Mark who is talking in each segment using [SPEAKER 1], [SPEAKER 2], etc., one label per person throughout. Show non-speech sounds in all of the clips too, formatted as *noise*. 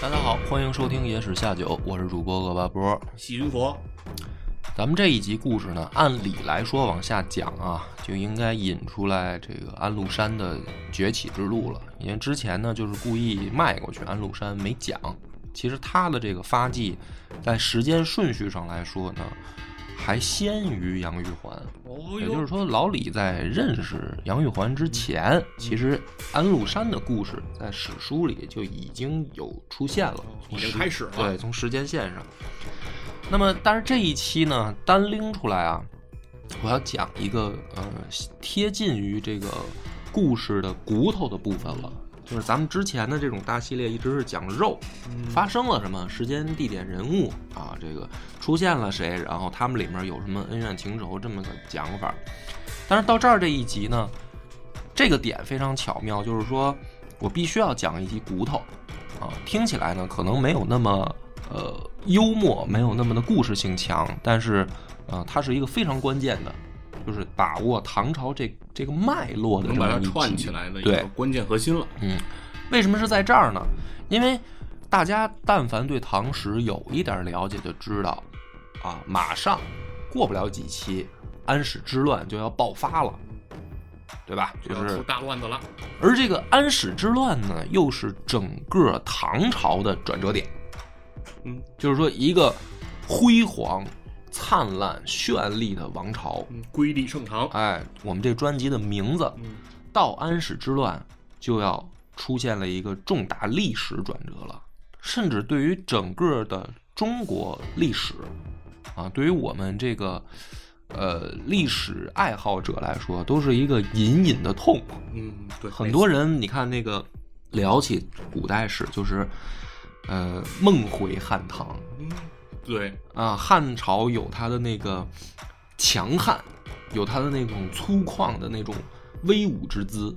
[SPEAKER 1] 大家好，欢迎收听《野史下酒》，我是主播恶八波。
[SPEAKER 2] 喜云佛，
[SPEAKER 1] 咱们这一集故事呢，按理来说往下讲啊，就应该引出来这个安禄山的崛起之路了。因为之前呢，就是故意迈过去，安禄山没讲。其实他的这个发迹，在时间顺序上来说呢，还先于杨玉环。
[SPEAKER 2] 哦
[SPEAKER 1] 也就是说，老李在认识杨玉环之前，其实安禄山的故事在史书里就已经有出现了，
[SPEAKER 2] 已
[SPEAKER 1] 从
[SPEAKER 2] 经
[SPEAKER 1] 时
[SPEAKER 2] 开始了
[SPEAKER 1] 对，从时间线上。那么，但是这一期呢，单拎出来啊，我要讲一个呃贴近于这个故事的骨头的部分了。就是咱们之前的这种大系列一直是讲肉，
[SPEAKER 2] 嗯
[SPEAKER 1] 发生了什么时间、地点、人物啊，这个出现了谁，然后他们里面有什么恩怨情仇这么个讲法。但是到这儿这一集呢，这个点非常巧妙，就是说我必须要讲一集骨头啊，听起来呢可能没有那么呃幽默，没有那么的故事性强，但是呃它是一个非常关键的，就是把握唐朝这这个脉络的
[SPEAKER 2] 能
[SPEAKER 1] 这
[SPEAKER 2] 把
[SPEAKER 1] 么
[SPEAKER 2] 它
[SPEAKER 1] 一集
[SPEAKER 2] 串起来的一
[SPEAKER 1] 对
[SPEAKER 2] 个关键核心了。
[SPEAKER 1] 嗯，为什么是在这儿呢？因为大家但凡对唐史有一点了解的知道，啊，马上过不了几期，安史之乱就要爆发了，对吧？就
[SPEAKER 2] 要
[SPEAKER 1] 是
[SPEAKER 2] 出大乱子了，
[SPEAKER 1] 而这个安史之乱呢，又是整个唐朝的转折点。
[SPEAKER 2] 嗯，
[SPEAKER 1] 就是说一个辉煌、灿烂、绚丽的王朝，
[SPEAKER 2] 嗯，瑰丽盛唐，
[SPEAKER 1] 哎，我们这专辑的名字
[SPEAKER 2] 嗯
[SPEAKER 1] 到安史之乱就要出现了一个重大历史转折了，甚至对于整个的中国历史啊，对于我们这个呃历史爱好者来说，都是一个隐隐的痛。
[SPEAKER 2] 嗯，对，
[SPEAKER 1] 很多人你看那个聊起古代史，就是呃梦回汉唐
[SPEAKER 2] 嗯，对，
[SPEAKER 1] 啊，汉朝有它的那个强悍，有它的那种粗犷的那种威武之姿，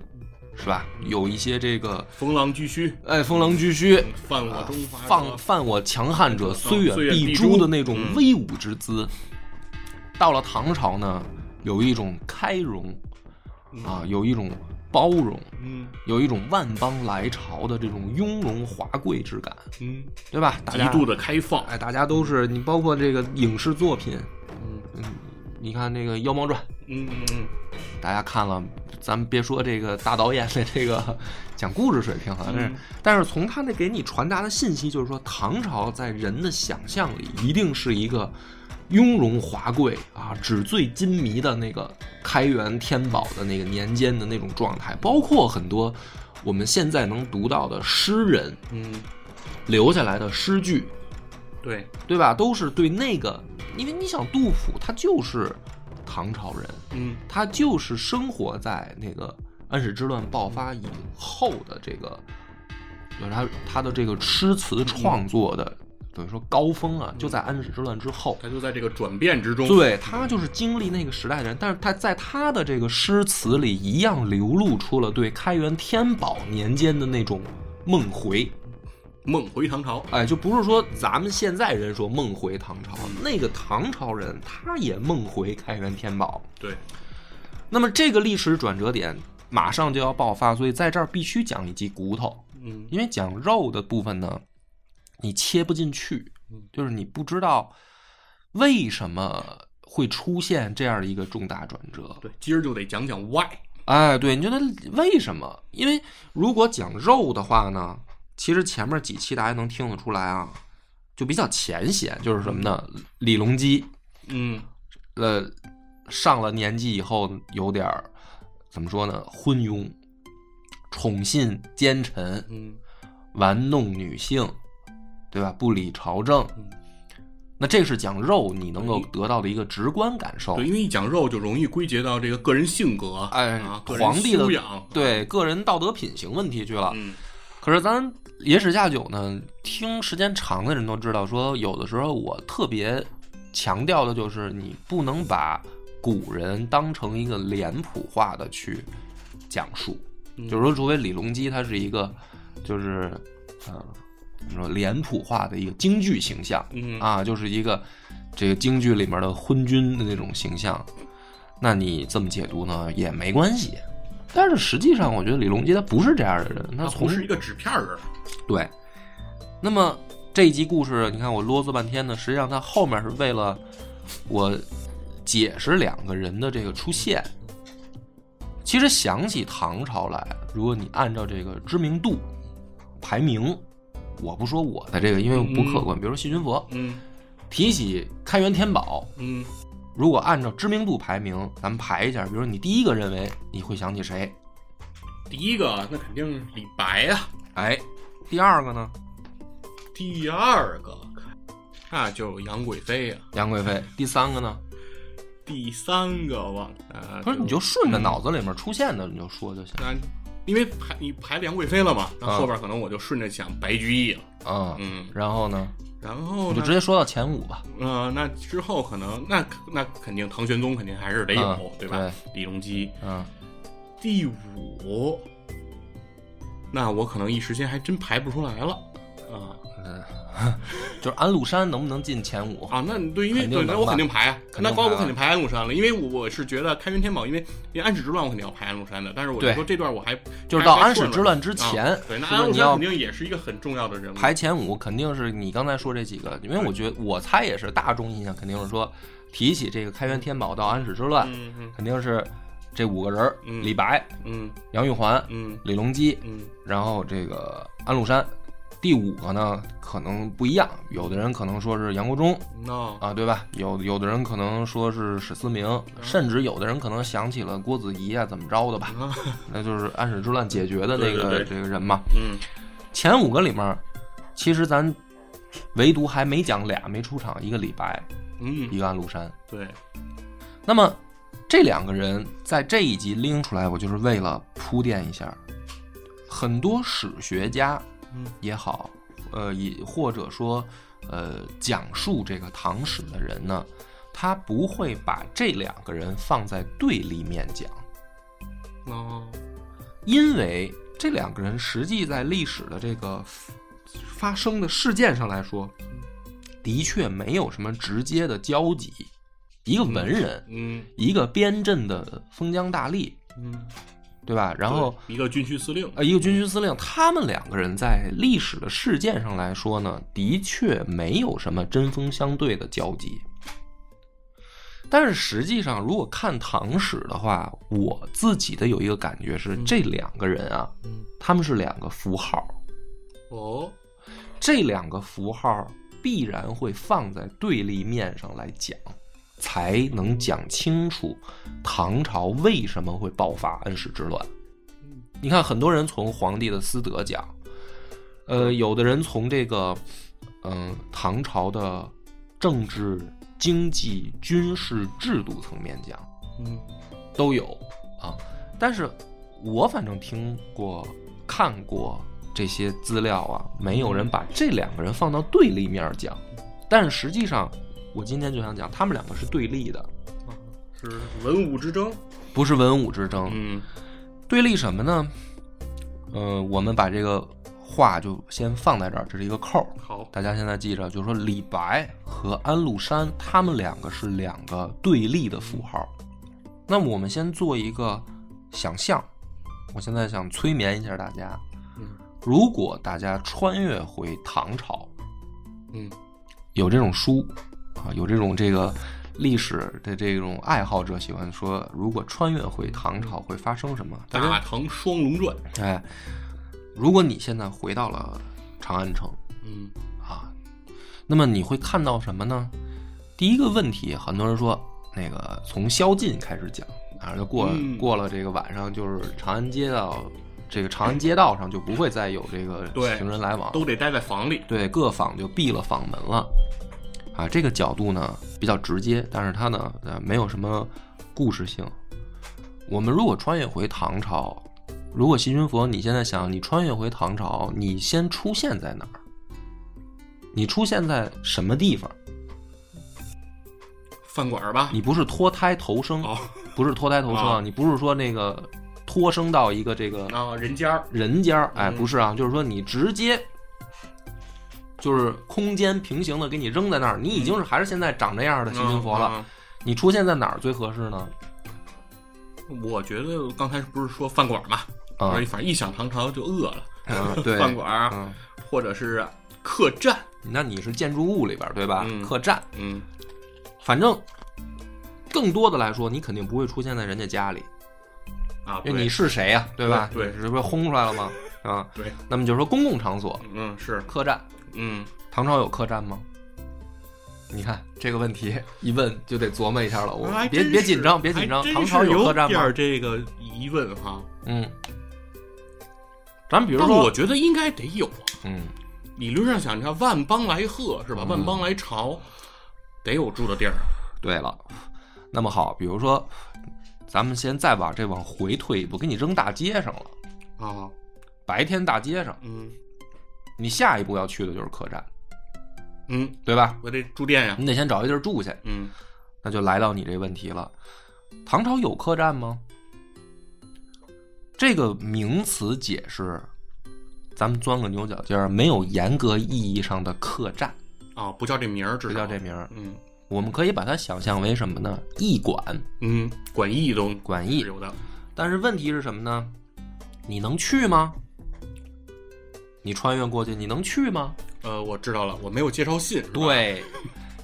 [SPEAKER 1] 是吧？有一些这个
[SPEAKER 2] 风浪巨虚，
[SPEAKER 1] 哎风狼居胥，
[SPEAKER 2] 犯我
[SPEAKER 1] 啊
[SPEAKER 2] 中华，
[SPEAKER 1] 犯犯我强悍者，虽远
[SPEAKER 2] 虽远
[SPEAKER 1] 必
[SPEAKER 2] 必
[SPEAKER 1] 诛
[SPEAKER 2] 诛
[SPEAKER 1] 的那种
[SPEAKER 2] 嗯
[SPEAKER 1] 威武之姿。到了唐朝呢，有一种开容啊，有一种包容，
[SPEAKER 2] 嗯
[SPEAKER 1] 有一种万邦来朝的这种雍容华贵之感，
[SPEAKER 2] 嗯，
[SPEAKER 1] 对吧？大
[SPEAKER 2] 极
[SPEAKER 1] 家
[SPEAKER 2] 度的开放，
[SPEAKER 1] 哎，大家都是你，包括这个影视作品，
[SPEAKER 2] 嗯
[SPEAKER 1] 嗯，你看那个《妖猫传》，
[SPEAKER 2] 嗯嗯
[SPEAKER 1] 大家看了，咱们别说这个大导演的这个 *laughs* 讲故事水平了，但是
[SPEAKER 2] 嗯
[SPEAKER 1] 但是从他那给你传达的信息，就是说唐朝在人的想象里一定是一个雍容华贵啊、纸醉金迷的那个开元天宝的那个年间的那种状态，包括很多我们现在能读到的诗人
[SPEAKER 2] 嗯嗯，
[SPEAKER 1] 留下来的诗句，
[SPEAKER 2] 对，
[SPEAKER 1] 对吧？都是对那个，因为你想杜甫他就是唐朝人，
[SPEAKER 2] 嗯
[SPEAKER 1] 他就是生活在那个安史之乱爆发以后的这个，就是他他的这个诗词创作的，等于说高峰啊，就在安史之乱之后。
[SPEAKER 2] 他就在这个转变之中，
[SPEAKER 1] 对他就是经历那个时代的人，但是他在他的这个诗词里一样流露出了对开元天宝年间的那种梦回，
[SPEAKER 2] 梦回唐朝，
[SPEAKER 1] 哎，就不是说咱们现在人说梦回唐朝，那个唐朝人他也梦回开元天宝。
[SPEAKER 2] 对，
[SPEAKER 1] 那么这个历史转折点马上就要爆发，所以在这儿必须讲一集骨头，
[SPEAKER 2] 嗯
[SPEAKER 1] 因为讲肉的部分呢，你切不进去
[SPEAKER 2] 嗯，
[SPEAKER 1] 就是你不知道为什么会出现这样的一个重大转折。
[SPEAKER 2] 对，今儿就得讲讲 why，
[SPEAKER 1] 哎，对，你觉得为什么？因为如果讲肉的话呢，其实前面几期大家能听得出来啊，就比较浅显，就是什么呢？李隆基，
[SPEAKER 2] 嗯
[SPEAKER 1] 呃，上了年纪以后有点儿怎么说呢？昏庸，宠信奸臣，
[SPEAKER 2] 嗯
[SPEAKER 1] 玩弄女性，对吧？不理朝政
[SPEAKER 2] 嗯。
[SPEAKER 1] 那这是讲肉，你能够得到的一个直观感受。
[SPEAKER 2] 对，因为一讲肉就容易归结到这个个人性格，
[SPEAKER 1] 哎
[SPEAKER 2] 啊，个人
[SPEAKER 1] 皇帝的
[SPEAKER 2] 修养，
[SPEAKER 1] 对个人道德品行问题去了。
[SPEAKER 2] 嗯
[SPEAKER 1] 可是咱野史下酒呢，听时间长的人都知道，说有的时候我特别强调的就是，你不能把古人当成一个脸谱化的去讲述，
[SPEAKER 2] 嗯
[SPEAKER 1] 就是说，除非李隆基他是一个，就是，呃，你说脸谱化的一个京剧形象，
[SPEAKER 2] 嗯
[SPEAKER 1] 啊，就是一个这个京剧里面的昏君的那种形象，那你这么解读呢也没关系。但是实际上，我觉得李隆基他不是这样的人，他
[SPEAKER 2] 他
[SPEAKER 1] 从
[SPEAKER 2] 不是一个纸片人儿，
[SPEAKER 1] 对。那么这一集故事，你看我啰嗦半天呢，实际上它后面是为了我解释两个人的这个出现。其实想起唐朝来，如果你按照这个知名度排名，我不说我的这个，因为我不客观。比如说细菌佛，
[SPEAKER 2] 嗯
[SPEAKER 1] 提起开元天宝，
[SPEAKER 2] 嗯
[SPEAKER 1] 如果按照知名度排名，咱们排一下，比如说你第一个认为你会想起谁？
[SPEAKER 2] 第一个那肯定是李白啊呀、
[SPEAKER 1] 哎，第二个呢？
[SPEAKER 2] 第二个那就是杨贵妃啊呀、
[SPEAKER 1] 杨贵妃。第三个呢？
[SPEAKER 2] 第三个忘呃，
[SPEAKER 1] 不是，你就顺着脑子里面出现的你就说就行。
[SPEAKER 2] 那因为排你排梁贵妃了嘛，那
[SPEAKER 1] 啊
[SPEAKER 2] 后边可能我就顺着想白居易了，
[SPEAKER 1] 啊，
[SPEAKER 2] 嗯，
[SPEAKER 1] 然后呢，
[SPEAKER 2] 然后
[SPEAKER 1] 你就
[SPEAKER 2] 呢
[SPEAKER 1] 直接说到前五吧。
[SPEAKER 2] 呃，那之后可能那那肯定唐玄宗肯定还是得有，
[SPEAKER 1] 啊
[SPEAKER 2] 对吧？李隆基
[SPEAKER 1] 嗯，
[SPEAKER 2] 第五，那我可能一时间还真排不出来了啊
[SPEAKER 1] 就是安禄山能不能进前五？
[SPEAKER 2] 啊！那你对，因为
[SPEAKER 1] 肯定
[SPEAKER 2] 对，
[SPEAKER 1] 能
[SPEAKER 2] 那我
[SPEAKER 1] 吧
[SPEAKER 2] 肯定排啊，
[SPEAKER 1] 肯定
[SPEAKER 2] 那高
[SPEAKER 1] 排
[SPEAKER 2] 我
[SPEAKER 1] 啊
[SPEAKER 2] 肯定排安禄山了，因为我是觉得开元天宝，因为因为安史之乱我肯定要排安禄山的，但是我就
[SPEAKER 1] 对
[SPEAKER 2] 说这段我还
[SPEAKER 1] 就是到
[SPEAKER 2] 还
[SPEAKER 1] 安
[SPEAKER 2] 顺
[SPEAKER 1] 史
[SPEAKER 2] 了
[SPEAKER 1] 之乱之
[SPEAKER 2] 啊
[SPEAKER 1] 前，
[SPEAKER 2] 对，那
[SPEAKER 1] 是不
[SPEAKER 2] 安
[SPEAKER 1] 是
[SPEAKER 2] 禄
[SPEAKER 1] 你
[SPEAKER 2] 山
[SPEAKER 1] 要
[SPEAKER 2] 肯定也是一个很重要的人物，
[SPEAKER 1] 排前五，肯定是你刚才说这几个，因为我觉得我猜也是大众印象，肯定是说提起这个开元天宝到安史之乱，
[SPEAKER 2] 嗯嗯
[SPEAKER 1] 肯定是这五个人儿：
[SPEAKER 2] 嗯
[SPEAKER 1] 李白、
[SPEAKER 2] 嗯
[SPEAKER 1] 杨玉环、
[SPEAKER 2] 嗯
[SPEAKER 1] 李隆基，
[SPEAKER 2] 嗯
[SPEAKER 1] 然后这个安禄山。第五个呢，可能不一样，有的人可能说是杨国忠
[SPEAKER 2] 嗯，那
[SPEAKER 1] 啊，对吧？有有的人可能说是史思明，
[SPEAKER 2] 嗯
[SPEAKER 1] 甚至有的人可能想起了郭子仪啊，怎么着的吧？
[SPEAKER 2] 啊
[SPEAKER 1] 那就是安史之乱解决的那
[SPEAKER 2] 对
[SPEAKER 1] 个
[SPEAKER 2] 对对
[SPEAKER 1] 这个人嘛。
[SPEAKER 2] 嗯
[SPEAKER 1] 前五个里面，其实咱唯独还没讲俩没出场，一个李白，一
[SPEAKER 2] 嗯，
[SPEAKER 1] 个安禄山。
[SPEAKER 2] 对，
[SPEAKER 1] 那么这两个人在这一集拎出来，我就是为了铺垫一下，很多史学家
[SPEAKER 2] 嗯
[SPEAKER 1] 也好，呃，也或者说呃讲述这个唐史的人呢，他不会把这两个人放在对立面讲，
[SPEAKER 2] 那
[SPEAKER 1] 因为这两个人实际在历史的这个发生的事件上来说，的确没有什么直接的交集。一个文人，
[SPEAKER 2] 嗯
[SPEAKER 1] 一个边镇的封疆大吏，
[SPEAKER 2] 嗯，
[SPEAKER 1] 对吧？然后
[SPEAKER 2] 对一个军区司令，
[SPEAKER 1] 呃，一个军区司令，他们两个人在历史的事件上来说呢，的确没有什么针锋相对的交集。但是实际上，如果看唐史的话，我自己的有一个感觉是，这两个人啊，
[SPEAKER 2] 嗯
[SPEAKER 1] 他们是两个符号，
[SPEAKER 2] 哦，
[SPEAKER 1] 这两个符号必然会放在对立面上来讲，才能讲清楚唐朝为什么会爆发安史之乱。你看，很多人从皇帝的私德讲，呃，有的人从这个，嗯、唐朝的政治、经济、军事制度层面讲，
[SPEAKER 2] 嗯
[SPEAKER 1] 都有啊。但是我反正听过、看过这些资料啊，没有人把这两个人放到对立面儿讲。但是实际上，我今天就想讲，他们两个是对立的，
[SPEAKER 2] 啊是文武之争，
[SPEAKER 1] 不是文武之争。
[SPEAKER 2] 嗯
[SPEAKER 1] 对立什么呢？呃，我们把这个话就先放在这儿，这是一个扣儿。
[SPEAKER 2] 好，
[SPEAKER 1] 大家现在记着，就是说李白和安禄山，他们两个是两个对立的符号。那么我们先做一个想象，我现在想催眠一下大家：
[SPEAKER 2] 嗯
[SPEAKER 1] 如果大家穿越回唐朝，
[SPEAKER 2] 嗯
[SPEAKER 1] 有这种书啊，有这种这个历史的这种爱好者喜欢说，如果穿越回唐朝会发生什么？大
[SPEAKER 2] 大
[SPEAKER 1] 家
[SPEAKER 2] 唐双龙传，
[SPEAKER 1] 哎，如果你现在回到了长安城。
[SPEAKER 2] 嗯
[SPEAKER 1] 啊。那么你会看到什么呢？第一个问题，很多人说那个从宵禁开始讲啊，就过、
[SPEAKER 2] 嗯
[SPEAKER 1] 过了这个晚上，就是长安街道这个长安街道上就不会再有这个
[SPEAKER 2] 对
[SPEAKER 1] 行人来往，
[SPEAKER 2] 都得待在房里，
[SPEAKER 1] 对各坊就闭了坊门了啊。这个角度呢比较直接，但是它呢呃没有什么故事性。我们如果穿越回唐朝，如果细菌佛，你现在想你穿越回唐朝，你先出现在哪儿？你出现在什么地方？
[SPEAKER 2] 饭馆儿吧？
[SPEAKER 1] 你不是脱胎投生，
[SPEAKER 2] 哦
[SPEAKER 1] 不是脱胎投生啊，
[SPEAKER 2] 哦
[SPEAKER 1] 你不是说那个脱生到一个这个
[SPEAKER 2] 啊，人家儿
[SPEAKER 1] 人家儿，哎，
[SPEAKER 2] 嗯
[SPEAKER 1] 不是啊，就是说你直接就是空间平行的给你扔在那儿，你已经是还是现在长这样的西秦佛了，
[SPEAKER 2] 嗯
[SPEAKER 1] 你出现在哪儿最合适呢？
[SPEAKER 2] 嗯我觉得刚才不是说饭馆儿嘛，
[SPEAKER 1] 啊
[SPEAKER 2] 我说反正一想唐朝就饿了，
[SPEAKER 1] 啊，对，
[SPEAKER 2] 饭馆儿
[SPEAKER 1] 嗯，
[SPEAKER 2] 或者是客栈，
[SPEAKER 1] 那你是建筑物里边儿对吧？
[SPEAKER 2] 嗯
[SPEAKER 1] 客栈，
[SPEAKER 2] 嗯，
[SPEAKER 1] 反正更多的来说，你肯定不会出现在人家家里，
[SPEAKER 2] 啊，
[SPEAKER 1] 因
[SPEAKER 2] 对
[SPEAKER 1] 为你是谁呀、对吧？
[SPEAKER 2] 对对
[SPEAKER 1] 你是不是轰出来了吗？啊，
[SPEAKER 2] 对。
[SPEAKER 1] 那么就是说公共场所，
[SPEAKER 2] 嗯是，
[SPEAKER 1] 客栈，
[SPEAKER 2] 嗯，
[SPEAKER 1] 唐朝有客栈吗？你看这个问题一问就得琢磨一下了，我
[SPEAKER 2] 还
[SPEAKER 1] 别
[SPEAKER 2] 真
[SPEAKER 1] 别
[SPEAKER 2] 是
[SPEAKER 1] 紧张，别紧张
[SPEAKER 2] 还，真
[SPEAKER 1] 唐朝
[SPEAKER 2] 是有
[SPEAKER 1] 客栈
[SPEAKER 2] 点
[SPEAKER 1] 吗
[SPEAKER 2] 儿？这个疑问哈，
[SPEAKER 1] 嗯，咱们比
[SPEAKER 2] 比
[SPEAKER 1] 如
[SPEAKER 2] 我
[SPEAKER 1] 说，
[SPEAKER 2] 觉得应该得有啊。
[SPEAKER 1] 嗯，
[SPEAKER 2] 理论上想，你看万邦来贺是吧？万邦来朝，得有住的地儿啊。
[SPEAKER 1] 对了，那么好，比如说，咱们先再往这往回退一步，给你扔大街上了，
[SPEAKER 2] 啊，
[SPEAKER 1] 白天大街上，
[SPEAKER 2] 嗯
[SPEAKER 1] 你下一步要去的就是客栈，
[SPEAKER 2] 嗯，
[SPEAKER 1] 对吧？
[SPEAKER 2] 我得住店呀。
[SPEAKER 1] 你得先找一地儿住去，
[SPEAKER 2] 嗯，
[SPEAKER 1] 那就来到你这问题了。唐朝有客栈吗？这个名词解释，咱们钻个牛角尖儿，没有严格意义上的客栈，
[SPEAKER 2] 啊，不叫这名儿，只
[SPEAKER 1] 不叫这。名儿。
[SPEAKER 2] 嗯
[SPEAKER 1] 我们可以把它想象为什么呢？驿馆，
[SPEAKER 2] 嗯，管驿都
[SPEAKER 1] 馆
[SPEAKER 2] 是
[SPEAKER 1] 驿。
[SPEAKER 2] 有的。
[SPEAKER 1] 但是问题是什么呢？你能去吗？你穿越过去，你能去吗？
[SPEAKER 2] 呃，我知道了，我没有介绍信。是吧，
[SPEAKER 1] 对，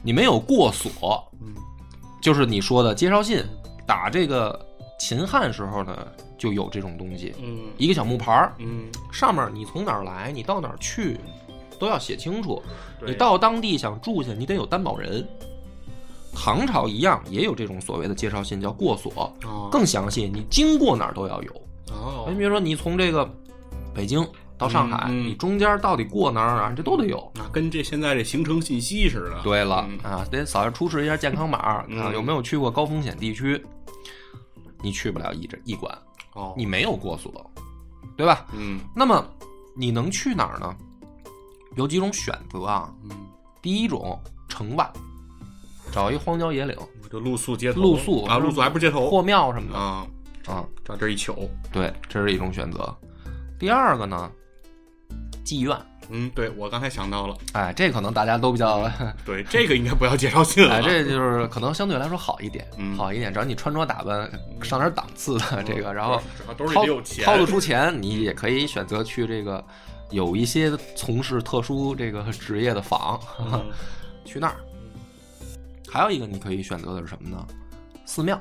[SPEAKER 1] 你没有过所，
[SPEAKER 2] 嗯
[SPEAKER 1] 就是你说的介绍信，打这个秦汉时候呢就有这种东西，
[SPEAKER 2] 嗯
[SPEAKER 1] 一个小木牌儿，
[SPEAKER 2] 嗯，
[SPEAKER 1] 上面你从哪儿来，你到哪儿去，都要写清楚。
[SPEAKER 2] 对
[SPEAKER 1] 你到当地想住下，你得有担保人。唐朝一样也有这种所谓的介绍信，叫过所，
[SPEAKER 2] 哦
[SPEAKER 1] 更详细，你经过哪儿都要有。哎
[SPEAKER 2] 哦
[SPEAKER 1] 你比如说，你从这个北京到上海，
[SPEAKER 2] 嗯嗯
[SPEAKER 1] 你中间到底过哪儿啊？这都得有。
[SPEAKER 2] 哦那跟这现在这行程信息似的。
[SPEAKER 1] 对了、
[SPEAKER 2] 嗯
[SPEAKER 1] 啊，得扫下出示一下健康码、啊，
[SPEAKER 2] 嗯
[SPEAKER 1] 有没有去过高风险地区？你去不了驿这驿馆，
[SPEAKER 2] 哦，
[SPEAKER 1] 你没有过所，对吧？
[SPEAKER 2] 嗯
[SPEAKER 1] 那么你能去哪儿呢？有几种选择啊。
[SPEAKER 2] 嗯，
[SPEAKER 1] 第一种，城外，找一荒郊野岭、
[SPEAKER 2] 我就露宿街头，
[SPEAKER 1] 露宿
[SPEAKER 2] 啊，露宿还不是街头
[SPEAKER 1] 或庙什么的
[SPEAKER 2] 啊，
[SPEAKER 1] 啊。
[SPEAKER 2] 找这儿一宿。
[SPEAKER 1] 对，这是一种选择。第二个呢，妓院。
[SPEAKER 2] 嗯，对我刚才想到了，
[SPEAKER 1] 哎，这可能大家都比较，
[SPEAKER 2] 对这个应该不要介绍信了。
[SPEAKER 1] *laughs* 哎，这就是可能相对来说好一点，
[SPEAKER 2] 嗯
[SPEAKER 1] 好一点。只要你穿着打扮上点档次的这个，然后
[SPEAKER 2] 只要兜里
[SPEAKER 1] 掏
[SPEAKER 2] 得有钱，
[SPEAKER 1] 掏得出钱，你也可以选择去这个有一些从事特殊这个职业的坊，
[SPEAKER 2] 嗯
[SPEAKER 1] 去那儿。还有一个你可以选择的是什么呢？寺庙。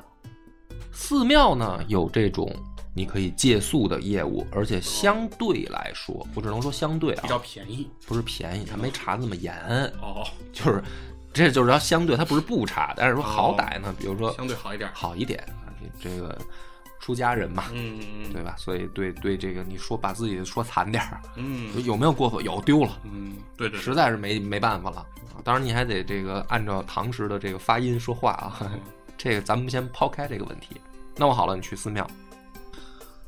[SPEAKER 1] 寺庙呢有这种你可以借宿的业务，而且相对来说，我只能说相对
[SPEAKER 2] 比
[SPEAKER 1] 啊
[SPEAKER 2] 较，便宜
[SPEAKER 1] 不是便宜，它没查那么严。
[SPEAKER 2] 哦，
[SPEAKER 1] 就是这就是要相对，它不是不差，但是说好歹呢，比如说
[SPEAKER 2] 相对好一点。
[SPEAKER 1] 好一点，啊这这个出家人嘛，
[SPEAKER 2] 嗯嗯
[SPEAKER 1] 对吧？所以对对这个你说把自己说惨点儿，
[SPEAKER 2] 嗯
[SPEAKER 1] 有没有过错？有丢了，
[SPEAKER 2] 嗯，对对，对
[SPEAKER 1] 实在是没没办法了。啊当然你还得这个按照唐时的这个发音说话啊，这个咱们先抛开这个问题。弄好了，你去寺庙，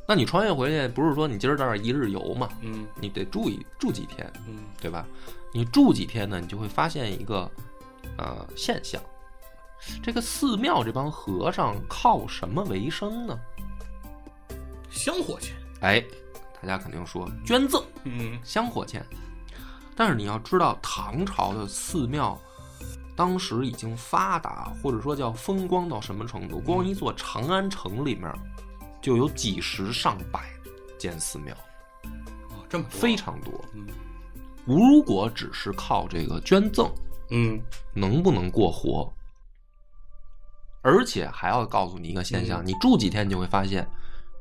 [SPEAKER 1] 那你穿越回去不是说你今儿到那儿一日游嘛？
[SPEAKER 2] 嗯
[SPEAKER 1] 你得住一住几天，
[SPEAKER 2] 嗯
[SPEAKER 1] 对吧？你住几天呢，你就会发现一个呃现象，这个寺庙这帮和尚靠什么为生呢？
[SPEAKER 2] 香火钱，
[SPEAKER 1] 哎，大家肯定说捐赠
[SPEAKER 2] 嗯
[SPEAKER 1] 香火钱，但是你要知道，唐朝的寺庙当时已经发达，或者说叫风光到什么程度？光一座长安城里面就有几十上百间寺庙，
[SPEAKER 2] 哦，这么多
[SPEAKER 1] 非常多。
[SPEAKER 2] 嗯
[SPEAKER 1] 如果只是靠这个捐赠，
[SPEAKER 2] 嗯
[SPEAKER 1] 能不能过活。而且还要告诉你一个现象，你住几天你就会发现，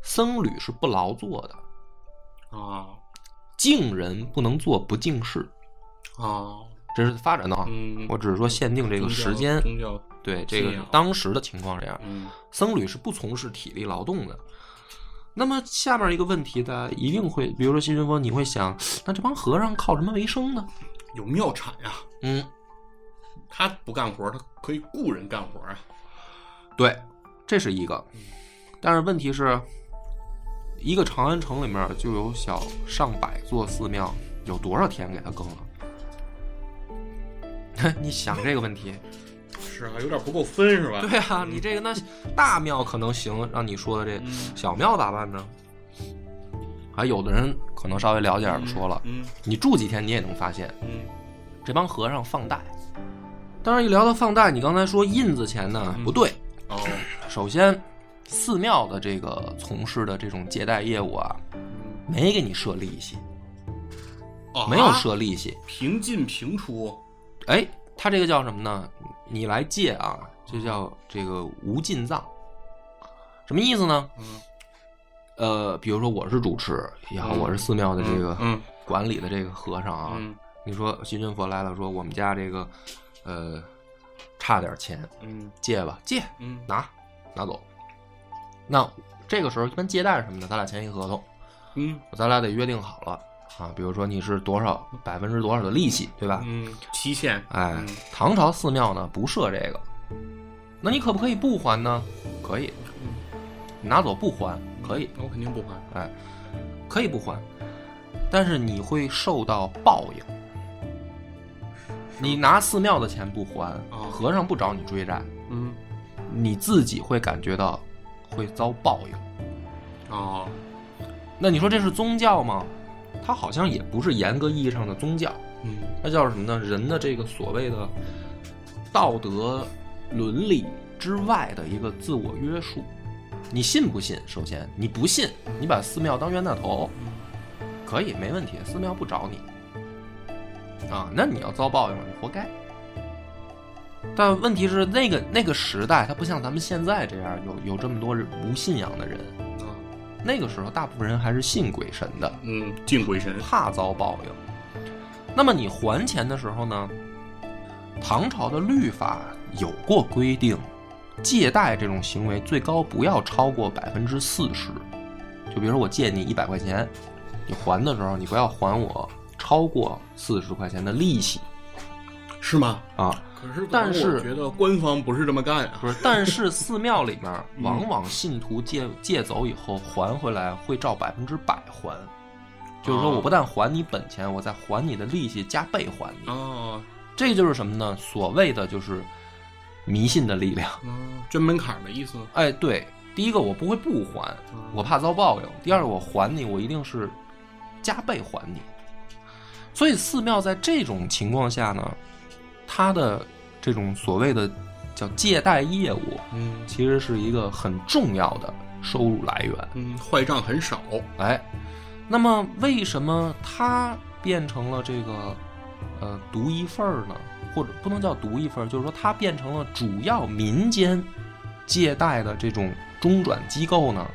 [SPEAKER 1] 僧侣是不劳作的，
[SPEAKER 2] 啊
[SPEAKER 1] 敬人不能做不敬事，
[SPEAKER 2] 啊
[SPEAKER 1] 这是发展的啊。
[SPEAKER 2] 嗯，
[SPEAKER 1] 我只是说限定这
[SPEAKER 2] 这
[SPEAKER 1] 个时间，
[SPEAKER 2] 宗教
[SPEAKER 1] 对这个
[SPEAKER 2] 信仰
[SPEAKER 1] 当时的情况这样，
[SPEAKER 2] 嗯
[SPEAKER 1] 僧侣是不从事体力劳动的。那么下面一个问题，大家一定会，比如说新春风，你会想，那这帮和尚靠什么为生呢？
[SPEAKER 2] 有庙产呀，
[SPEAKER 1] 嗯，
[SPEAKER 2] 他不干活，他可以雇人干活啊。
[SPEAKER 1] 对，这是一个。但是问题是，一个长安城里面就有小上百座寺庙，有多少天给它更了？ *laughs* 你想这个问题，
[SPEAKER 2] 是啊，有点不够分是
[SPEAKER 1] *laughs*
[SPEAKER 2] 吧？
[SPEAKER 1] 对啊，你这个那大庙可能行，让你说的这
[SPEAKER 2] 嗯
[SPEAKER 1] 小庙咋办呢？还有的人可能稍微了解点儿说了，
[SPEAKER 2] 嗯
[SPEAKER 1] 你住几天你也能发现，
[SPEAKER 2] 嗯，
[SPEAKER 1] 这帮和尚放贷。当然，一聊到放贷，你刚才说印子钱呢
[SPEAKER 2] 嗯
[SPEAKER 1] 不对。
[SPEAKER 2] 哦，
[SPEAKER 1] 首先，寺庙的这个从事的这种借贷业务啊，
[SPEAKER 2] 嗯
[SPEAKER 1] 没给你设利息，
[SPEAKER 2] 啊
[SPEAKER 1] 没有设利息。
[SPEAKER 2] 平进平出，
[SPEAKER 1] 哎，他这个叫什么呢？你来借啊，就叫这个无尽藏。什么意思呢？
[SPEAKER 2] 嗯
[SPEAKER 1] 呃，比如说我是主持也好，
[SPEAKER 2] 嗯
[SPEAKER 1] 我是寺庙的这个
[SPEAKER 2] 嗯
[SPEAKER 1] 管理的这个和尚啊，
[SPEAKER 2] 嗯
[SPEAKER 1] 你说新军佛来了，说我们家这个，呃，差点钱，
[SPEAKER 2] 嗯
[SPEAKER 1] 借吧，借，
[SPEAKER 2] 嗯
[SPEAKER 1] 拿，拿走。那这个时候一般借贷是什么的，咱俩签一合同，
[SPEAKER 2] 嗯
[SPEAKER 1] 咱俩得约定好了啊，比如说你是多少百分之多少的利息，对吧？
[SPEAKER 2] 嗯，期限，
[SPEAKER 1] 哎
[SPEAKER 2] 嗯，
[SPEAKER 1] 唐朝寺庙呢不设这个，那你可不可以不还呢？可以，你拿走不还可以，
[SPEAKER 2] 那我肯定不还。
[SPEAKER 1] 哎，可以不还，但是你会受到报应。你拿寺庙的钱不还，
[SPEAKER 2] 哦
[SPEAKER 1] 和尚不找你追债，
[SPEAKER 2] 嗯
[SPEAKER 1] 你自己会感觉到会遭报应。
[SPEAKER 2] 哦，
[SPEAKER 1] 那你说这是宗教吗？它好像也不是严格意义上的宗教，
[SPEAKER 2] 嗯
[SPEAKER 1] 它叫什么呢？人的这个所谓的道德伦理之外的一个自我约束。你信不信？首先，你不信，你把寺庙当冤大头，可以没问题，寺庙不找你啊。那你要遭报应了，你活该。但问题是，那个那个时代，它不像咱们现在这样有有这么多人无信仰的人。
[SPEAKER 2] 啊
[SPEAKER 1] 那个时候，大部分人还是信鬼神的，
[SPEAKER 2] 嗯，敬鬼神，
[SPEAKER 1] 怕遭报应。那么你还钱的时候呢？唐朝的律法有过规定，借贷这种行为最高不要超过百分之四十。就比如说我借你一百块钱，你还的时候你不要还我超过四十块钱的利息
[SPEAKER 2] 是吗？
[SPEAKER 1] 啊。
[SPEAKER 2] 可是，
[SPEAKER 1] 但是
[SPEAKER 2] 我觉得官方不是这么干啊。
[SPEAKER 1] 不是，但是寺庙里 *laughs* 面往往信徒借借走以后还回来会照百分之百还，就是说我不但还你本钱，我再还你的利息加倍还你。
[SPEAKER 2] 哦，
[SPEAKER 1] 这就是什么呢？所谓的就是迷信的力量。
[SPEAKER 2] 嗯，真门槛的意思。嗯
[SPEAKER 1] 哎，对，第一个我不会不还，我怕遭报应；第二个我还你，我一定是加倍还你。所以寺庙在这种情况下呢，它的这种所谓的叫借贷业务，
[SPEAKER 2] 嗯
[SPEAKER 1] 其实是一个很重要的收入来源。
[SPEAKER 2] 嗯，坏账很少。
[SPEAKER 1] 哎，那么为什么它变成了这个呃独一份儿呢？或者不能叫独一份儿，就是说它变成了主要民间借贷的这种中转机构呢？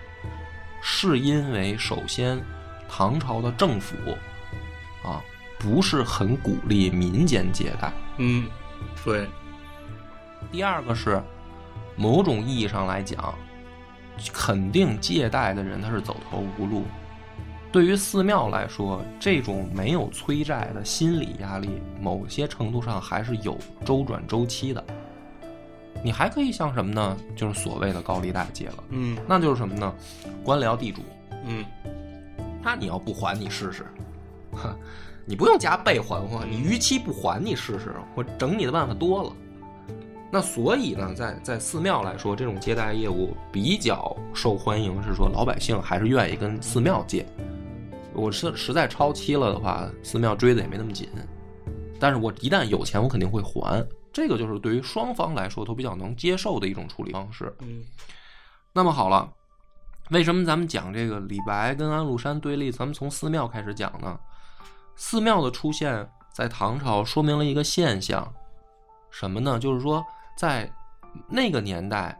[SPEAKER 1] 是因为首先唐朝的政府啊不是很鼓励民间借贷，
[SPEAKER 2] 嗯，对，
[SPEAKER 1] 第二个是，某种意义上来讲，肯定借贷的人他是走投无路。对于寺庙来说，这种没有催债的心理压力，某些程度上还是有周转周期的。你还可以像什么呢？就是所谓的高利贷借了，
[SPEAKER 2] 嗯
[SPEAKER 1] 那就是什么呢？官僚地主，
[SPEAKER 2] 嗯
[SPEAKER 1] 那你要不还你试 *laughs* 试，哼，你不用加倍还我，你逾期不还你试试，我整你的办法多了。那所以呢，在在寺庙来说，这种接待业务比较受欢迎，是说老百姓还是愿意跟寺庙借。我是实在超期了的话，寺庙追的也没那么紧，但是我一旦有钱，我肯定会还。这个就是对于双方来说都比较能接受的一种处理方式。
[SPEAKER 2] 嗯
[SPEAKER 1] 那么好了，为什么咱们讲这个李白跟安禄山对立？咱们从寺庙开始讲呢？寺庙的出现在唐朝说明了一个现象，什么呢？就是说在那个年代，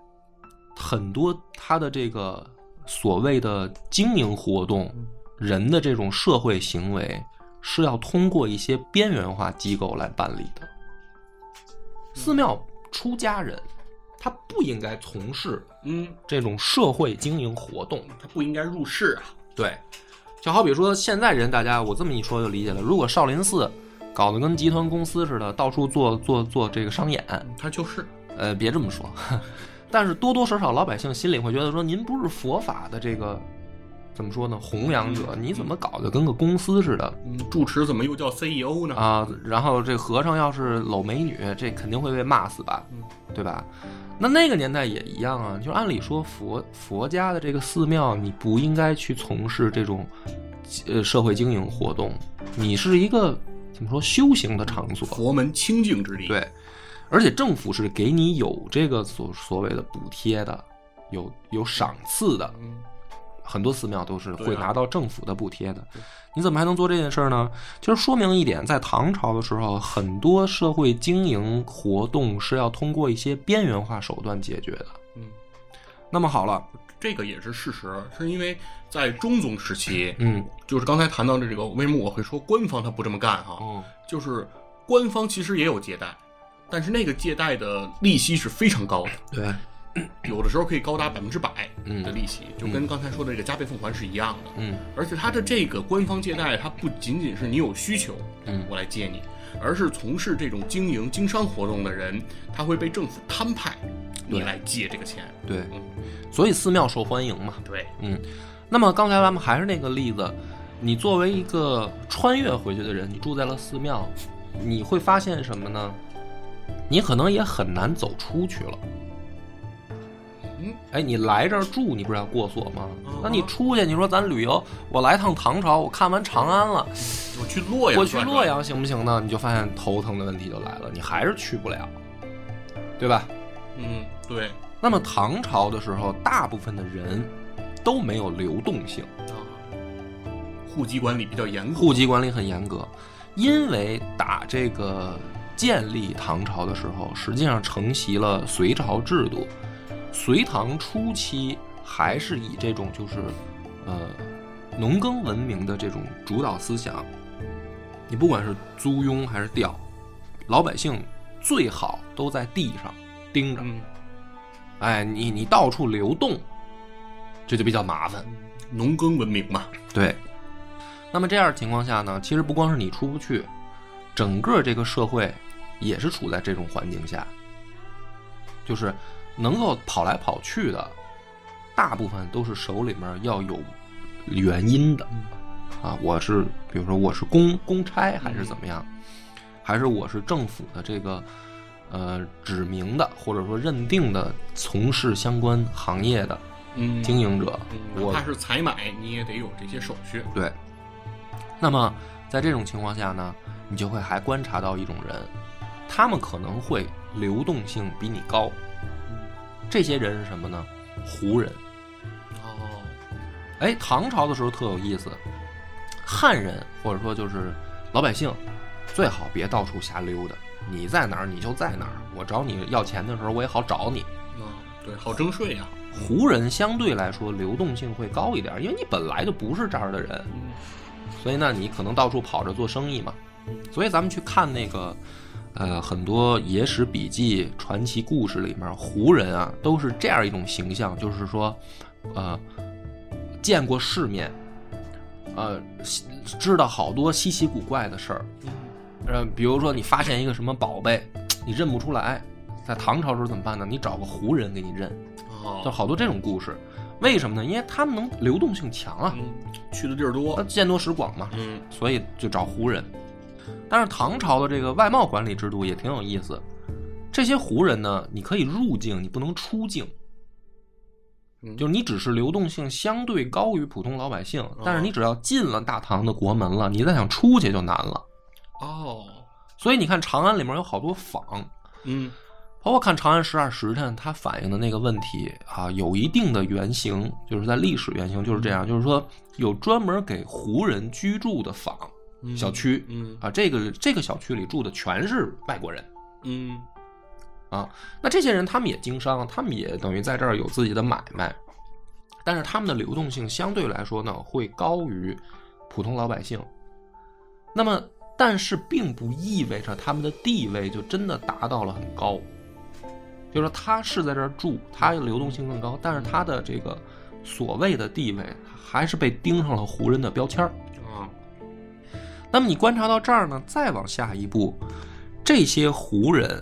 [SPEAKER 1] 很多他的这个所谓的经营活动，人的这种社会行为是要通过一些边缘化机构来办理的。寺庙出家人，他不应该从事
[SPEAKER 2] 嗯，
[SPEAKER 1] 这种社会经营活动。
[SPEAKER 2] 他不应该入世啊。
[SPEAKER 1] 对，就好比说现在人，大家我这么一说就理解了。如果少林寺搞得跟集团公司似的，到处做做做这个商演，
[SPEAKER 2] 嗯他就是，
[SPEAKER 1] 呃，别这么 *laughs* 说，但是多多少少老百姓心里会觉得说，您不是佛法的这个。怎么说呢，弘扬者，你怎么搞得跟个公司似的
[SPEAKER 2] 嗯，住持怎么又叫 CEO 呢？
[SPEAKER 1] 啊？然后这和尚要是搂美女，这肯定会被骂死吧
[SPEAKER 2] 嗯，
[SPEAKER 1] 对吧？那那个年代也一样啊，就按理说佛佛家的这个寺庙，你不应该去从事这种呃社会经营活动，你是一个怎么说修行的场所，
[SPEAKER 2] 佛门清净之地。，
[SPEAKER 1] 对，而且政府是给你有这个所所谓的补贴的，有有赏赐的，
[SPEAKER 2] 嗯，
[SPEAKER 1] 很多寺庙都是会
[SPEAKER 2] 对啊
[SPEAKER 1] 拿到政府的补贴的。你怎么还能做这件事儿呢？就是说明一点，在唐朝的时候，很多社会经营活动是要通过一些边缘化手段解决的。
[SPEAKER 2] 嗯，
[SPEAKER 1] 那么好了，
[SPEAKER 2] 这个也是事实，啊是因为在中宗时期，
[SPEAKER 1] 嗯，
[SPEAKER 2] 就是刚才谈到的这个，为什么我会说官方他不这么干哈？
[SPEAKER 1] 哦，
[SPEAKER 2] 就是官方其实也有借贷，但是那个借贷的利息是非常高的，
[SPEAKER 1] 对，
[SPEAKER 2] 有的时候可以高达百分之百
[SPEAKER 1] 嗯
[SPEAKER 2] 的利息，就跟刚才说的这个加倍奉还是一样的。
[SPEAKER 1] 嗯
[SPEAKER 2] 而且它的这个官方借贷，它不仅仅是你有需求，
[SPEAKER 1] 嗯
[SPEAKER 2] 我来借你，而是从事这种经营经商活动的人，他会被政府摊派，你
[SPEAKER 1] 对
[SPEAKER 2] 来借这个钱。
[SPEAKER 1] 对，
[SPEAKER 2] 嗯，
[SPEAKER 1] 所以寺庙受欢迎嘛。
[SPEAKER 2] 对，
[SPEAKER 1] 嗯，那么刚才咱们还是那个例子，你作为一个穿越回去的人，你住在了寺庙，你会发现什么呢？你可能也很难走出去了。
[SPEAKER 2] 嗯，
[SPEAKER 1] 哎，你来这儿住，你不是要过锁吗
[SPEAKER 2] 嗯？
[SPEAKER 1] 那你出去，你说咱旅游，我来趟唐朝，我看完长安了，
[SPEAKER 2] 我去洛阳，
[SPEAKER 1] 我去洛，阳行不行呢？你就发现头疼的问题就来了，你还是去不了，对吧？
[SPEAKER 2] 嗯，对，
[SPEAKER 1] 那么唐朝的时候，大部分的人都没有流动性。
[SPEAKER 2] 啊，户籍管理比较严格，
[SPEAKER 1] 户籍管理很严格，因为打这个建立唐朝的时候，实际上承袭了隋朝制度。隋唐初期还是以这种就是呃农耕文明的这种主导思想，你不管是租庸还是调，老百姓最好都在地上盯着，
[SPEAKER 2] 嗯，
[SPEAKER 1] 哎，你你到处流动，这就比较麻烦。
[SPEAKER 2] 农耕文明嘛，
[SPEAKER 1] 对，那么这样的情况下呢，其实不光是你出不去，整个这个社会也是处在这种环境下，就是能够跑来跑去的，大部分都是手里面要有原因的
[SPEAKER 2] 嗯
[SPEAKER 1] 啊。我是比如说我是公公差还
[SPEAKER 2] 嗯
[SPEAKER 1] 是怎么样，还是我是政府的这个。呃，指明的或者说认定的从事相关行业的
[SPEAKER 2] 嗯，
[SPEAKER 1] 经营者，
[SPEAKER 2] 嗯，哪
[SPEAKER 1] 我
[SPEAKER 2] 怕是采买，你也得有这些手续。
[SPEAKER 1] 对。那么在这种情况下呢，你就会还观察到一种人，他们可能会流动性比你高。这些人是什么呢？胡人。
[SPEAKER 2] 哦，
[SPEAKER 1] 哎，唐朝的时候特有意思，汉人或者说就是老百姓，最好别到处瞎溜达。你在哪儿你就在哪儿，我找你要钱的时候我也好找你。
[SPEAKER 2] 啊，对，好征税呀、
[SPEAKER 1] 胡人相对来说流动性会高一点，因为你本来就不是这儿的人，
[SPEAKER 2] 嗯，
[SPEAKER 1] 所以呢，你可能到处跑着做生意嘛。所以咱们去看那个，呃，很多野史笔记、传奇故事里面，胡人啊都是这样一种形象，就是说，呃，见过世面，呃，西知道好多稀奇古怪的事儿，
[SPEAKER 2] 嗯
[SPEAKER 1] 呃，比如说你发现一个什么宝贝，你认不出来，在唐朝时候怎么办呢？你找个胡人给你认，就
[SPEAKER 2] 哦，
[SPEAKER 1] 好多这种故事。为什么呢？因为他们能流动性强啊，
[SPEAKER 2] 嗯，去的地儿多
[SPEAKER 1] 呃，，见多识广嘛。
[SPEAKER 2] 嗯，
[SPEAKER 1] 所以就找胡人。但是唐朝的这个外贸管理制度也挺有意思，这些胡人呢，你可以入境，你不能出境，
[SPEAKER 2] 嗯
[SPEAKER 1] 就是你只是流动性相对高于普通老百姓，但是你只要进了大唐的国门了，你再想出去就难了。
[SPEAKER 2] 哦，
[SPEAKER 1] 所以你看长安里面有好多坊，
[SPEAKER 2] 嗯，
[SPEAKER 1] 包括看《长安十二时辰》，它反映的那个问题啊，有一定的原型，就是在历史原型就是这样，就是说有专门给胡人居住的坊
[SPEAKER 2] 嗯
[SPEAKER 1] 小区，
[SPEAKER 2] 嗯
[SPEAKER 1] 啊，这个这个小区里住的全是外国人
[SPEAKER 2] 嗯，
[SPEAKER 1] 啊。那这些人他们也经商，他们也等于在这儿有自己的买卖，但是他们的流动性相对来说呢，会高于普通老百姓。那么，但是并不意味着他们的地位就真的达到了很高，就是说他是在这儿住，他流动性更高，但是他的这个所谓的地位还是被钉上了胡人的标签儿。
[SPEAKER 2] 啊，
[SPEAKER 1] 那么你观察到这儿呢，再往下一步，这些胡人，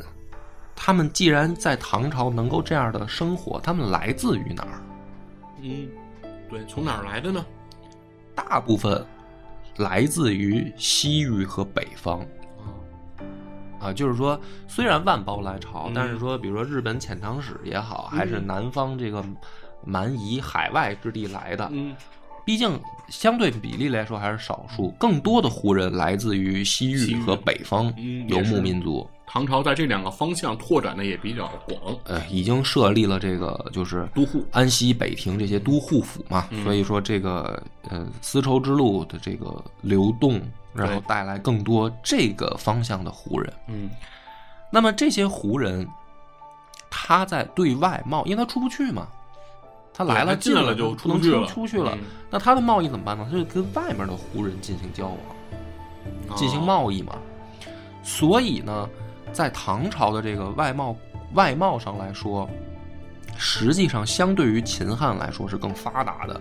[SPEAKER 1] 他们既然在唐朝能够这样的生活，他们来自于哪儿？
[SPEAKER 2] 嗯，对，从哪儿来的呢？
[SPEAKER 1] 大部分来自于西域和北方。啊，就是说，虽然万邦来朝，
[SPEAKER 2] 嗯
[SPEAKER 1] 但是说，比如说日本遣唐使也好，还是南方这个蛮夷海外之地来的，
[SPEAKER 2] 嗯
[SPEAKER 1] 毕竟相对比例来说还是少数，更多的胡人来自于西
[SPEAKER 2] 西
[SPEAKER 1] 域
[SPEAKER 2] 域
[SPEAKER 1] 和北方
[SPEAKER 2] 嗯，
[SPEAKER 1] 游
[SPEAKER 2] 也是
[SPEAKER 1] 牧民族。
[SPEAKER 2] 唐朝在这两个方向拓展的也比较广，
[SPEAKER 1] 呃，已经设立了这个就是
[SPEAKER 2] 都护
[SPEAKER 1] 安西、北庭这些都护府嘛，
[SPEAKER 2] 嗯
[SPEAKER 1] 所以说这个呃丝绸之路的这个流动，然后
[SPEAKER 2] 对
[SPEAKER 1] 带来更多这个方向的胡人。
[SPEAKER 2] 嗯
[SPEAKER 1] 那么这些胡人，他在对外贸，因为他出不去嘛，他来了
[SPEAKER 2] 对他进来了就
[SPEAKER 1] 就
[SPEAKER 2] 出不去了
[SPEAKER 1] 出去了
[SPEAKER 2] 嗯。
[SPEAKER 1] 那他的贸易怎么办呢？他就跟外面的胡人进行交往，
[SPEAKER 2] 哦啊
[SPEAKER 1] 进行贸易嘛。所以呢，在唐朝的这个外贸外贸上来说，实际上相对于秦汉来说是更发达的，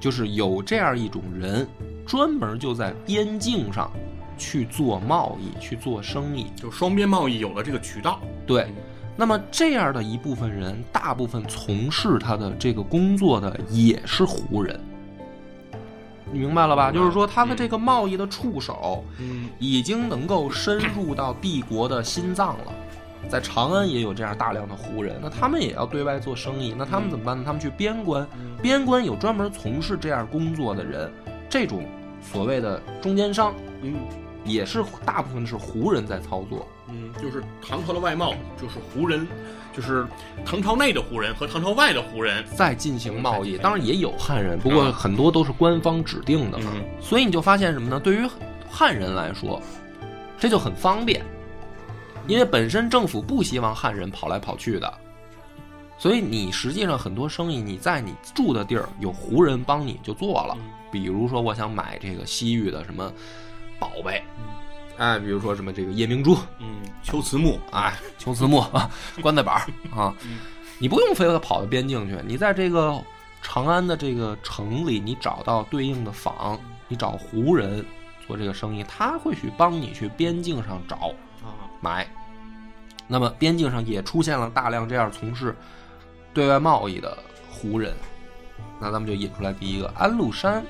[SPEAKER 1] 就是有这样一种人，专门就在边境上去做贸易、去做生意。
[SPEAKER 2] 就双边贸易有了这个渠道，
[SPEAKER 1] 对，那么这样的一部分人，大部分从事他的这个工作的也是胡人，你明白了吧？
[SPEAKER 2] 明白
[SPEAKER 1] 就是说，他的这个贸易的触手
[SPEAKER 2] 嗯
[SPEAKER 1] 已经能够深入到帝国的心脏了。在长安也有这样大量的胡人，那他们也要对外做生意，那他们怎么办呢？他们去边关，
[SPEAKER 2] 嗯
[SPEAKER 1] 边关有专门从事这样工作的人，这种所谓的中间商
[SPEAKER 2] 嗯
[SPEAKER 1] 也是大部分是胡人在操作。
[SPEAKER 2] 嗯，就是唐朝的外贸就是胡人，就是唐朝内的胡人和唐朝外的胡人，
[SPEAKER 1] 再进行贸易，当然也有汉人，不过很多都是官方指定的嘛。
[SPEAKER 2] 嗯
[SPEAKER 1] 所以你就发现什么呢？对于汉人来说，这就很方便，因为本身政府不希望汉人跑来跑去的，所以你实际上很多生意你在你住的地儿有胡人帮你就做了。比如说，我想买这个西域的什么宝贝，哎，比如说什么这个夜明珠，
[SPEAKER 2] 嗯，秋瓷木
[SPEAKER 1] 哎，求字幕啊，棺材板儿啊，你不用非得跑到边境去，你在这个长安的这个城里，你找到对应的坊，你找胡人做这个生意，他会去帮你去边境上找
[SPEAKER 2] 啊，
[SPEAKER 1] 买。那么边境上也出现了大量这样从事对外贸易的胡人，那咱们就引出来第一个安禄山，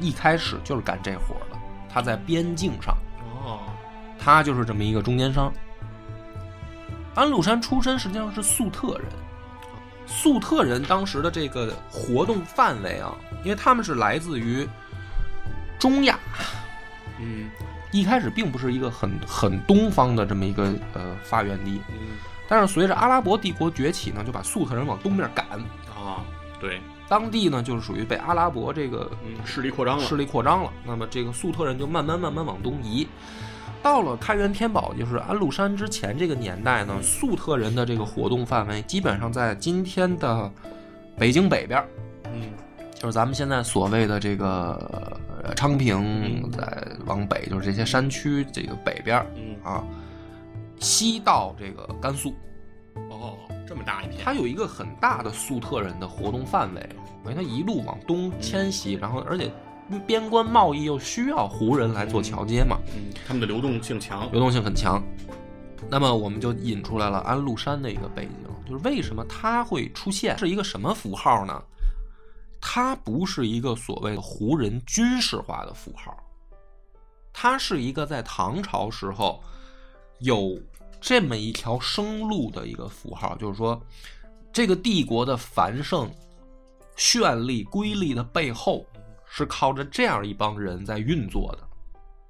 [SPEAKER 1] 一开始就是干这活儿的，他在边境上。
[SPEAKER 2] 哦，
[SPEAKER 1] 他就是这么一个中间商。安禄山出身实际上是粟特人，粟特人当时的这个活动范围啊，因为他们是来自于中亚，
[SPEAKER 2] 嗯
[SPEAKER 1] 一开始并不是一个很很东方的这么一个呃发源地，
[SPEAKER 2] 嗯
[SPEAKER 1] 但是随着阿拉伯帝国崛起呢，就把粟特人往东面赶，
[SPEAKER 2] 啊，对，
[SPEAKER 1] 当地呢就是属于被阿拉伯这个
[SPEAKER 2] 嗯，势力扩张了，
[SPEAKER 1] 势力扩张了。那么这个粟特人就慢慢慢慢往东移。到了开元天宝，就是安禄山之前这个年代呢，粟特人的这个活动范围基本上在今天的北京北边儿，
[SPEAKER 2] 嗯
[SPEAKER 1] 就是咱们现在所谓的这个呃昌平，再往北就是这些山区这个北边儿
[SPEAKER 2] 嗯，
[SPEAKER 1] 啊，西到这个甘肃，
[SPEAKER 2] 哦，这么大一片，
[SPEAKER 1] 它有一个很大的粟特人的活动范围，因为它一路往东迁徙，然后而且边关贸易又需要胡人来做桥接嘛，
[SPEAKER 2] 嗯，他们的流动性强，
[SPEAKER 1] 流动性很强。那么我们就引出来了安禄山的一个背景，就是为什么他会出现，是一个什么符号呢？它不是一个所谓的胡人军事化的符号，它是一个在唐朝时候有这么一条生路的一个符号，就是说，这个帝国的繁盛、绚丽、瑰丽的背后，是靠着这样一帮人在运作的，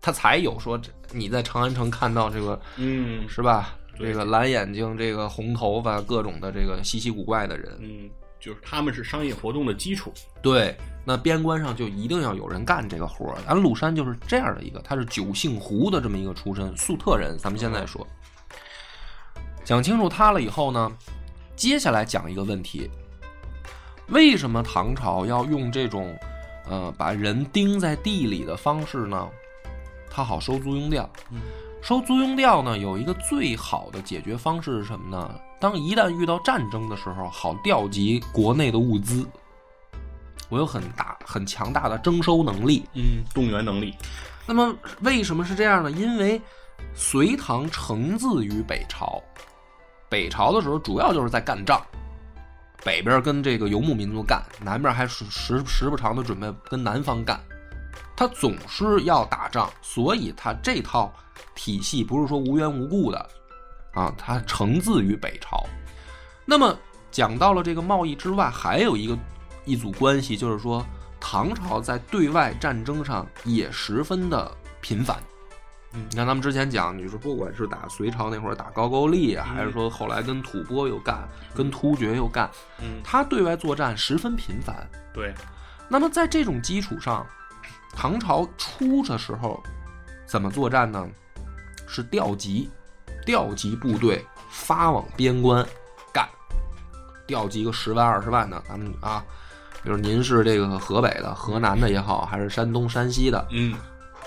[SPEAKER 1] 他才有说这你在长安城看到这个
[SPEAKER 2] 嗯
[SPEAKER 1] 是吧？
[SPEAKER 2] 对
[SPEAKER 1] 这个蓝眼睛，这个红头发，各种的这个稀奇古怪的人，
[SPEAKER 2] 嗯，就是他们是商业活动的基础，
[SPEAKER 1] 对，那边关上就一定要有人干这个活儿。安禄山就是这样的一个，他是九姓胡的这么一个出身，粟特人。咱们现在说，讲清楚他了以后呢，接下来讲一个问题：为什么唐朝要用这种，呃，把人钉在地里的方式呢？他好收租庸调。收租庸调呢，有一个最好的解决方式是什么呢？当一旦遇到战争的时候，好调集国内的物资。我有很大很强大的征收能力。
[SPEAKER 2] 嗯，动员能力，
[SPEAKER 1] 那么为什么是这样呢？因为隋唐承自于北朝，北朝的时候主要就是在干仗，北边跟这个游牧民族干，南边还时时时不常的准备跟南方干。他总是要打仗，所以他这套体系不是说无缘无故的啊，它承自于北朝。那么讲到了这个贸易之外，还有一个一组关系，就是说唐朝在对外战争上也十分的频繁。
[SPEAKER 2] 嗯
[SPEAKER 1] 你看咱们之前讲，你说不管是打隋朝那会儿打高句丽啊，
[SPEAKER 2] 嗯
[SPEAKER 1] 还是说后来跟吐蕃又干，跟突厥又干，
[SPEAKER 2] 嗯，
[SPEAKER 1] 他对外作战十分频繁。
[SPEAKER 2] 对，
[SPEAKER 1] 那么在这种基础上，唐朝初的时候怎么作战呢？是调集，调集部队发往边关干，调集个十万二十万的，咱们啊，比如您是这个河北的、河南的也好，还是山东、山西的，
[SPEAKER 2] 嗯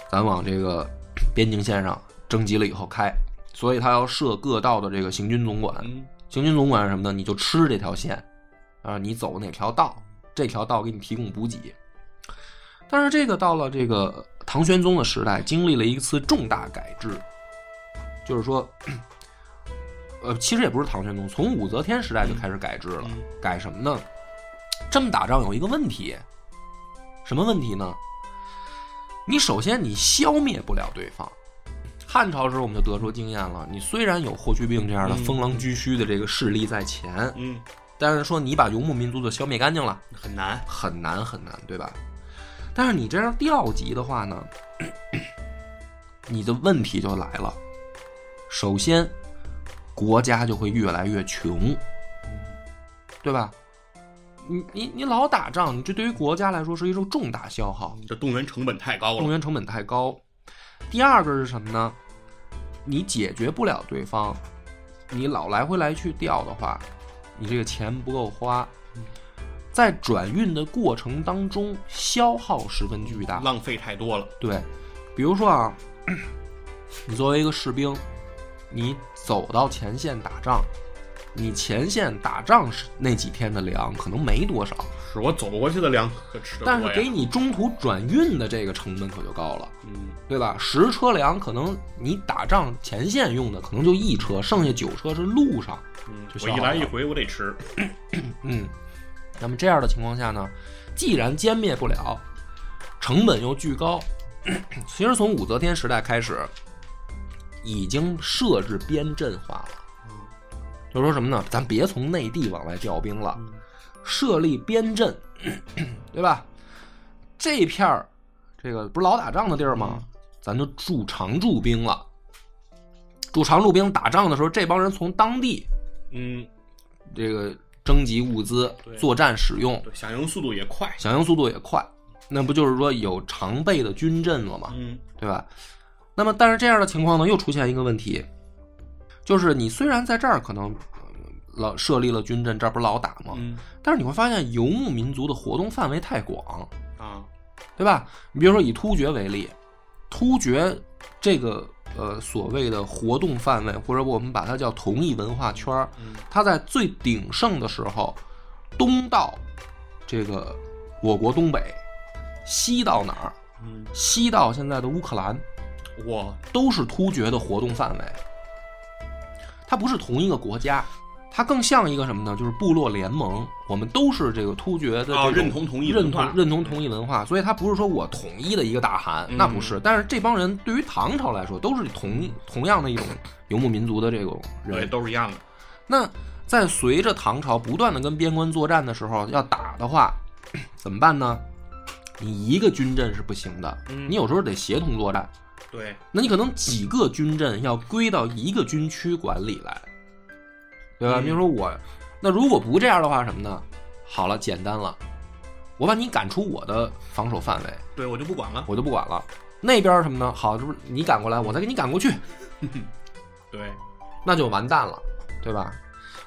[SPEAKER 1] 咱往这个边境线上征集了以后开。所以他要设各道的这个行军总管，
[SPEAKER 2] 嗯
[SPEAKER 1] 行军总管是什么呢？你就吃这条线，啊，你走哪条道，这条道给你提供补给。但是这个到了这个唐玄宗的时代，经历了一次重大改制，就是说，呃，其实也不是唐玄宗，从武则天时代就开始改制了。
[SPEAKER 2] 嗯
[SPEAKER 1] 改什么呢？这么打仗有一个问题，什么问题呢？你首先你消灭不了对方。汉朝时候我们就得出经验了，你虽然有霍去病这样的
[SPEAKER 2] 嗯
[SPEAKER 1] 封狼居胥的这个势力在前，
[SPEAKER 2] 嗯，
[SPEAKER 1] 但是说你把游牧民族就消灭干净了，
[SPEAKER 2] 很难，
[SPEAKER 1] 很难很难，对吧？但是你这样调集的话呢， *clears throat* 你的问题就来了。首先，国家就会越来越穷，对吧？你你你老打仗，你这对于国家来说是一种重大消耗。
[SPEAKER 2] 这动员成本太高
[SPEAKER 1] 嗯动
[SPEAKER 2] 了。
[SPEAKER 1] 员成本太高。第二个是什么呢？你解决不了对方，你老来回来去调的话，你这个钱不够花，
[SPEAKER 2] 嗯
[SPEAKER 1] 在转运的过程当中消耗十分巨大。
[SPEAKER 2] 浪费太多了，
[SPEAKER 1] 对，比如说啊，你作为一个士兵，你走到前线打仗，你前线打仗时那几天的粮可能没多少，
[SPEAKER 2] 是我走过去的粮可吃得多
[SPEAKER 1] 但
[SPEAKER 2] 呀
[SPEAKER 1] 是给你中途转运的这个成本可就高了。
[SPEAKER 2] 嗯
[SPEAKER 1] 对吧？十车粮可能你打仗前线用的可能就一车，剩下九车是路上。
[SPEAKER 2] 嗯
[SPEAKER 1] 就，
[SPEAKER 2] 我
[SPEAKER 1] 消
[SPEAKER 2] 一
[SPEAKER 1] 耗
[SPEAKER 2] 来
[SPEAKER 1] 了
[SPEAKER 2] 一回我得吃，
[SPEAKER 1] 嗯，那么这样的情况下呢，既然歼灭不了，成本又巨高， *clears throat* 其实从武则天时代开始，已经设置边镇化了。就说什么呢？咱别从内地往外调兵了，
[SPEAKER 2] 嗯
[SPEAKER 1] 设立边镇， *clears throat* 对吧？这片儿，这个不是老打仗的地儿
[SPEAKER 2] 嗯
[SPEAKER 1] 吗？咱就驻常驻兵了。驻常驻兵打仗的时候，这帮人从当地
[SPEAKER 2] 嗯，
[SPEAKER 1] 这个征集物资
[SPEAKER 2] 对、
[SPEAKER 1] 作战使用，
[SPEAKER 2] 对，响应速度也快，
[SPEAKER 1] 响应速度也快，那不就是说有常备的军阵了吗？
[SPEAKER 2] 嗯
[SPEAKER 1] 对吧？那么，但是这样的情况呢，又出现一个问题，就是你虽然在这儿可能呃老设立了军阵，这儿不是老打吗？
[SPEAKER 2] 嗯
[SPEAKER 1] 但是你会发现游牧民族的活动范围太广，
[SPEAKER 2] 啊，
[SPEAKER 1] 对吧？你比如说以突厥为例，突厥这个呃所谓的活动范围，或者我们把它叫同一文化圈儿，
[SPEAKER 2] 嗯
[SPEAKER 1] 它在最鼎盛的时候，东到这个我国东北，西到哪儿？
[SPEAKER 2] 嗯，
[SPEAKER 1] 西到现在的乌克兰，
[SPEAKER 2] 我
[SPEAKER 1] 都是突厥的活动范围。它不是同一个国家，它更像一个什么呢？就是部落联盟。我们都是这个突厥的这种、
[SPEAKER 2] 啊认同同一
[SPEAKER 1] 认
[SPEAKER 2] 文化
[SPEAKER 1] 同认同同一文化，所以它不是说我统一的一个大汗，
[SPEAKER 2] 嗯
[SPEAKER 1] 那不是。但是这帮人对于唐朝来说，都是同一同样的一种游牧民族的这种人
[SPEAKER 2] 对，，都是一样的，
[SPEAKER 1] 那在随着唐朝不断的跟边关作战的时候，要打的话， *clears throat* 怎么办呢？你一个军阵是不行的，
[SPEAKER 2] 嗯
[SPEAKER 1] 你有时候得协同作战。
[SPEAKER 2] 对，
[SPEAKER 1] 那你可能几个军阵要归到一个军区管理来，对吧？
[SPEAKER 2] 嗯
[SPEAKER 1] 比如说我，那如果不这样的话，什么呢？好了，简单了，我把你赶出我的防守范围，
[SPEAKER 2] 对我就不管了，
[SPEAKER 1] 我就不管了。那边什么呢？好，这不是你赶过来，我再给你赶过去，
[SPEAKER 2] 对，
[SPEAKER 1] 那就完蛋了，对吧？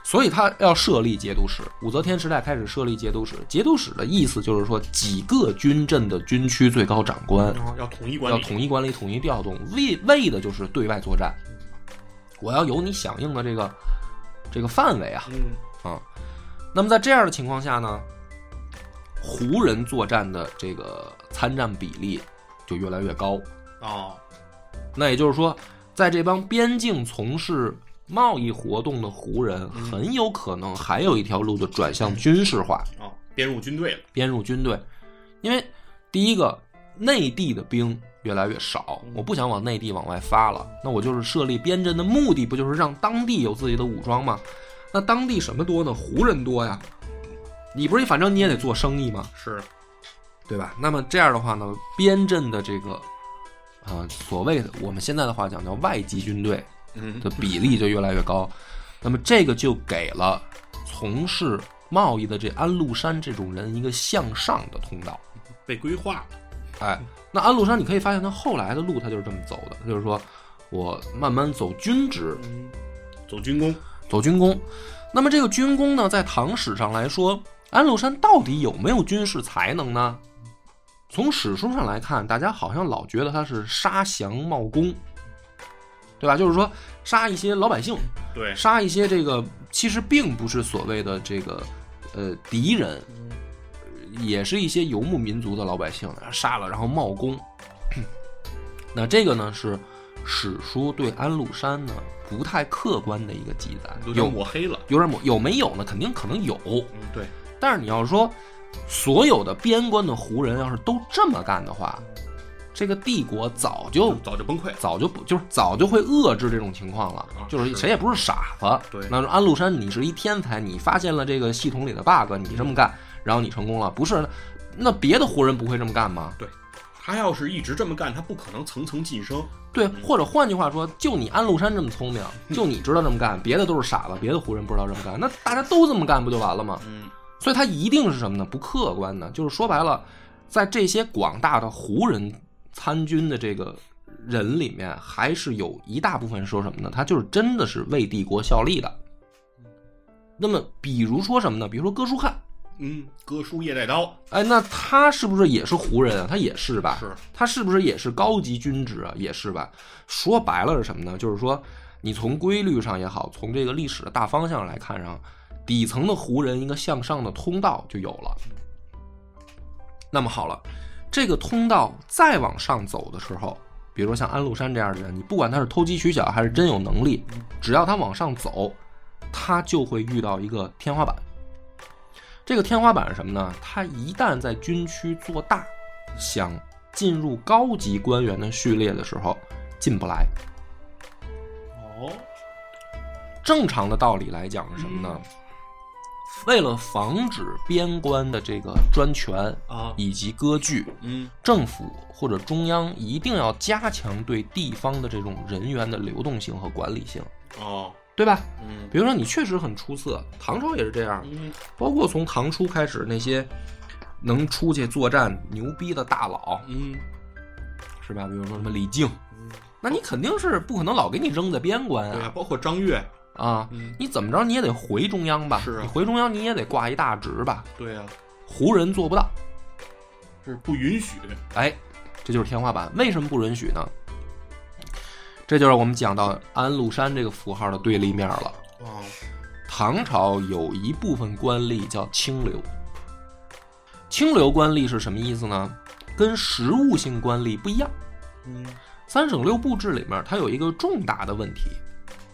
[SPEAKER 1] 所以他要设立节度使。武则天时代开始设立节度使，节度使的意思就是说几个军镇的军区最高长官
[SPEAKER 2] 然后要统一管
[SPEAKER 1] 要
[SPEAKER 2] 理，
[SPEAKER 1] 统一管理、统一调动，为为的就是对外作战。我要有你响应的这个这个范围啊
[SPEAKER 2] 嗯
[SPEAKER 1] 啊。那么在这样的情况下呢，胡人作战的这个参战比例就越来越高。
[SPEAKER 2] 哦，
[SPEAKER 1] 那也就是说，在这帮边境从事贸易活动的胡人，
[SPEAKER 2] 嗯
[SPEAKER 1] 很有可能还有一条路就转向军事化，
[SPEAKER 2] 啊哦，编入军队了，
[SPEAKER 1] 编入军队。因为第一个，内地的兵越来越少，我不想往内地往外发了，那我就是设立边镇的目的，不就是让当地有自己的武装吗？那当地什么多呢？胡人多呀，你不是反正你也得做生意吗？
[SPEAKER 2] 是，
[SPEAKER 1] 对吧？那么这样的话呢，边镇的这个，呃，所谓的我们现在的话讲叫外籍军队
[SPEAKER 2] 嗯
[SPEAKER 1] 的比例就越来越高，那么这个就给了从事贸易的这安禄山这种人一个向上的通道。
[SPEAKER 2] 被规划了，
[SPEAKER 1] 哎，那安禄山你可以发现他后来的路他就是这么走的，就是说我慢慢走军职，
[SPEAKER 2] 走军工，
[SPEAKER 1] 走军功。那么这个军功呢，在唐史上来说，安禄山到底有没有军事才能呢？从史书上来看，大家好像老觉得他是杀降冒功，对吧？就是说杀一些老百姓，
[SPEAKER 2] 对，
[SPEAKER 1] 杀一些这个其实并不是所谓的这个呃敌人，也是一些游牧民族的老百姓杀了然后冒功。 *clears throat* 那这个呢是史书对安禄山呢不太客观的一个记载，
[SPEAKER 2] 有点
[SPEAKER 1] 有
[SPEAKER 2] 抹黑了，
[SPEAKER 1] 有点抹有没有呢？肯定可能有，
[SPEAKER 2] 嗯，对，
[SPEAKER 1] 但是你要说所有的边关的胡人要是都这么干的话，这个帝国早就
[SPEAKER 2] 早就崩溃了，
[SPEAKER 1] 早就不就是早就会遏制这种情况了
[SPEAKER 2] 啊，
[SPEAKER 1] 就是
[SPEAKER 2] 是
[SPEAKER 1] 谁也不是傻子。
[SPEAKER 2] 对
[SPEAKER 1] 那安禄山你是一天才，你发现了这个系统里的 bug，你这么干，然后你成功了，不是？那别的胡人不会这么干吗？
[SPEAKER 2] 他要是一直这么干，他不可能层层晋升，
[SPEAKER 1] 对，或者换句话说，就你安禄山这么聪明，就你知道这么干，别的都是傻子，别的胡人不知道这么干，那大家都这么干不就完了吗？
[SPEAKER 2] 嗯，
[SPEAKER 1] 所以它一定是什么呢？不客观的，就是说白了，在这些广大的胡人参军的这个人里面，还是有一大部分说什么呢？他就是真的是为帝国效力的。那么，比如说什么呢？比如说哥舒翰，
[SPEAKER 2] 嗯，哥舒夜带刀
[SPEAKER 1] 哎，那他是不是也是胡人啊？他也是吧？
[SPEAKER 2] 是，
[SPEAKER 1] 他是不是也是高级军职啊？也是吧？说白了是什么呢？就是说，你从规律上也好，从这个历史的大方向上来看上，底层的胡人一个向上的通道就有了。那么好了，这个通道再往上走的时候，比如说像安禄山这样的人，你不管他是偷鸡取巧还是真有能力，只要他往上走，他就会遇到一个天花板。这个天花板是什么呢？他一旦在军区做大，想进入高级官员的序列的时候，进不来。
[SPEAKER 2] 哦，
[SPEAKER 1] 正常的道理来讲是什么呢？为了防止边关的这个专权
[SPEAKER 2] 啊，
[SPEAKER 1] 以及割据，
[SPEAKER 2] 嗯，
[SPEAKER 1] 政府或者中央一定要加强对地方的这种人员的流动性和管理性，
[SPEAKER 2] 哦，
[SPEAKER 1] 对吧？
[SPEAKER 2] 嗯，
[SPEAKER 1] 比如说你确实很出色，唐朝也是这样，
[SPEAKER 2] 嗯，
[SPEAKER 1] 包括从唐初开始那些能出去作战牛逼的大佬，
[SPEAKER 2] 嗯，
[SPEAKER 1] 是吧？比如说什么李靖，那你肯定是不可能老给你扔在边关
[SPEAKER 2] 对啊，
[SPEAKER 1] 啊
[SPEAKER 2] 包括张悦，
[SPEAKER 1] 啊！
[SPEAKER 2] 嗯，
[SPEAKER 1] 你怎么着你也得回中央吧？
[SPEAKER 2] 是啊
[SPEAKER 1] 你回中央你也得挂一大职吧？
[SPEAKER 2] 对啊，
[SPEAKER 1] 胡人做不到，
[SPEAKER 2] 是不允许，
[SPEAKER 1] 哎，这就是天花板。为什么不允许呢？这就是我们讲到安禄山这个符号的对立面了。
[SPEAKER 2] 哦，
[SPEAKER 1] 唐朝有一部分官吏叫清流。清流官吏是什么意思呢？跟实务性官吏不一样。
[SPEAKER 2] 嗯，
[SPEAKER 1] 三省六部制里面，它有一个重大的问题，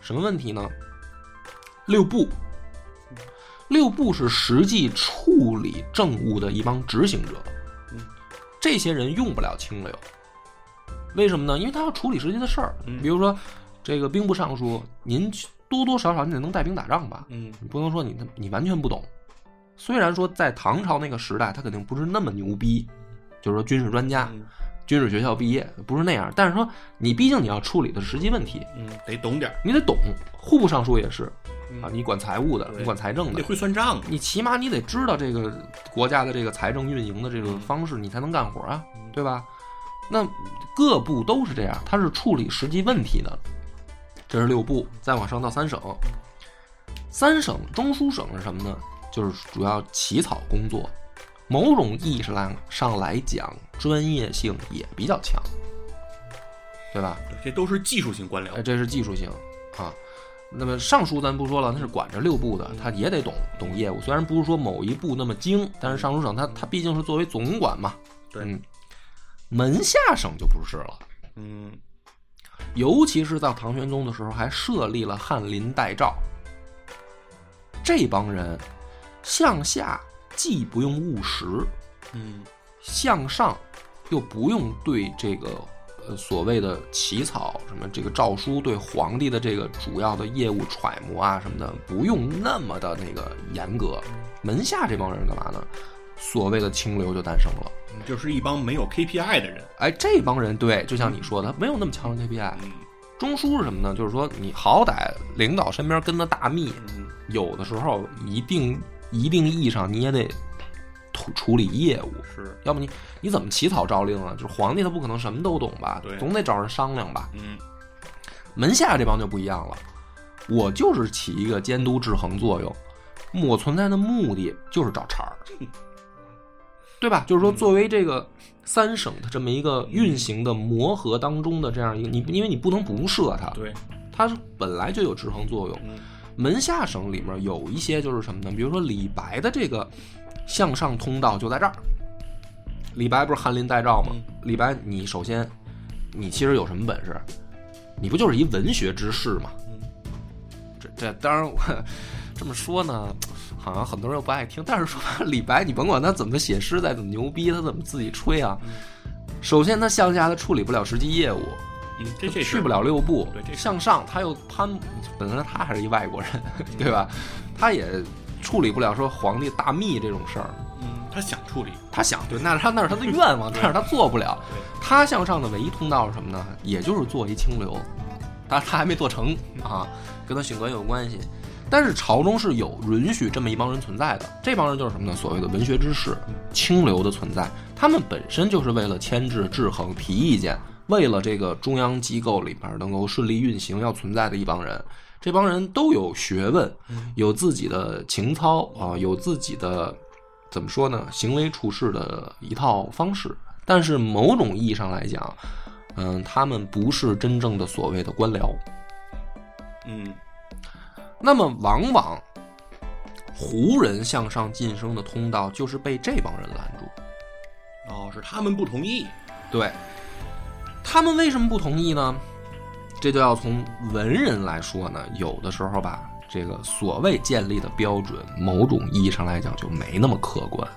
[SPEAKER 1] 什么问题呢？六部，六部是实际处理政务的一帮执行者
[SPEAKER 2] 嗯，
[SPEAKER 1] 这些人用不了清流，为什么呢？因为他要处理实际的事儿，
[SPEAKER 2] 嗯
[SPEAKER 1] 比如说这个兵部尚书，您多多少少你得能带兵打仗吧，
[SPEAKER 2] 嗯，
[SPEAKER 1] 你不能说你他你完全不懂。虽然说在唐朝那个时代，他肯定不是那么牛逼，就是说军事专家、
[SPEAKER 2] 嗯
[SPEAKER 1] 军事学校毕业不是那样，但是说你毕竟你要处理的是实际问题，
[SPEAKER 2] 嗯，得懂点儿，
[SPEAKER 1] 你得懂。户部尚书也是
[SPEAKER 2] 嗯
[SPEAKER 1] 啊，你管财务的，
[SPEAKER 2] 对
[SPEAKER 1] 你管财政
[SPEAKER 2] 你
[SPEAKER 1] 的
[SPEAKER 2] 得，会算账啊，
[SPEAKER 1] 你起码你得知道这个国家的这个财政运营的这个方式，你才能干活啊，对吧？那各部都是这样，它是处理实际问题的。这是六部，再往上到三省，三省中书省是什么呢？就是主要起草工作，某种意义上上来讲，专业性也比较强，对吧？
[SPEAKER 2] 这都是技术性官
[SPEAKER 1] 哎，
[SPEAKER 2] 僚，
[SPEAKER 1] 这是技术性啊。那么尚书咱不说了，他是管着六部的，他也得懂懂业务。虽然不是说某一部那么精，但是尚书省他他毕竟是作为总管嘛。
[SPEAKER 2] 对
[SPEAKER 1] 嗯，门下省就不是了，
[SPEAKER 2] 嗯，
[SPEAKER 1] 尤其是到唐玄宗的时候，还设立了翰林待诏。这帮人向下既不用务实，
[SPEAKER 2] 嗯，
[SPEAKER 1] 向上又不用对这个呃所谓的起草什么这个诏书对皇帝的这个主要的业务揣摩啊什么的，不用那么的那个严格。门下这帮人干嘛呢？所谓的清流就诞生了。
[SPEAKER 2] 就是一帮没有 KPI 的人。
[SPEAKER 1] 哎，这帮人对，就像你说的，没有那么强的 KPI。
[SPEAKER 2] 嗯
[SPEAKER 1] 中枢是什么呢？就是说你好歹领导身边跟个大蜜，
[SPEAKER 2] 嗯
[SPEAKER 1] 有的时候一定一定意义上你也得处处理业务，
[SPEAKER 2] 是，
[SPEAKER 1] 要不你你怎么起草诏令啊？就是皇帝他不可能什么都懂吧
[SPEAKER 2] 对，
[SPEAKER 1] 总得找人商量吧。
[SPEAKER 2] 嗯
[SPEAKER 1] 门下这帮就不一样了，我就是起一个监督制衡作用，我存在的目的就是找
[SPEAKER 2] *laughs*
[SPEAKER 1] 茬儿，对吧？
[SPEAKER 2] 嗯
[SPEAKER 1] 就是说，作为这个三省的这么一个运行的磨合当中的这样一个，你因为你不能不设它，
[SPEAKER 2] 对，
[SPEAKER 1] 它是本来就有制衡作用。
[SPEAKER 2] 嗯
[SPEAKER 1] 门下省里面有一些就是什么呢？比如说李白的这个向上通道就在这儿。李白不是翰林待诏吗？
[SPEAKER 2] 嗯
[SPEAKER 1] 李白，你首先，你其实有什么本事？你不就是一文学之士吗？
[SPEAKER 2] 嗯
[SPEAKER 1] 这这当然我 *laughs* 这么说呢，好像很多人又不爱听。但是说白了李白，你甭管他怎么写诗，再怎么牛逼，他怎么自己吹啊。首先，他向下他处理不了实际业务，
[SPEAKER 2] 嗯，这这
[SPEAKER 1] 去不了六步
[SPEAKER 2] 对这，是
[SPEAKER 1] 向上他又攀，本来他还是一外国人， *laughs* 对吧？他也处理不了说皇帝大秘这种事儿，
[SPEAKER 2] 嗯，他想处理，
[SPEAKER 1] 他想对，那是他那是他的愿望，
[SPEAKER 2] 对
[SPEAKER 1] 但是他做不了
[SPEAKER 2] 对。
[SPEAKER 1] 他向上的唯一通道是什么呢？也就是做一清流，但是他还没做成
[SPEAKER 2] 嗯
[SPEAKER 1] 啊，跟他性格有关系。但是朝中是有允许这么一帮人存在的，这帮人就是什么呢？所谓的文学之士、
[SPEAKER 2] 嗯
[SPEAKER 1] 清流的存在，他们本身就是为了牵制、制衡、提意见，为了这个中央机构里面能够顺利运行要存在的一帮人。这帮人都有学问，
[SPEAKER 2] 嗯
[SPEAKER 1] 有自己的情操啊、有自己的怎么说呢？行为处事的一套方式。但是某种意义上来讲，嗯，他们不是真正的所谓的官僚。
[SPEAKER 2] 嗯
[SPEAKER 1] 那么，往往胡人向上晋升的通道就是被这帮人拦住。
[SPEAKER 2] 哦，是他们不同意，
[SPEAKER 1] 对，他们为什么不同意呢？这就要从文人来说呢，有的时候吧，这个所谓建立的标准，某种意义上来讲就没那么客观。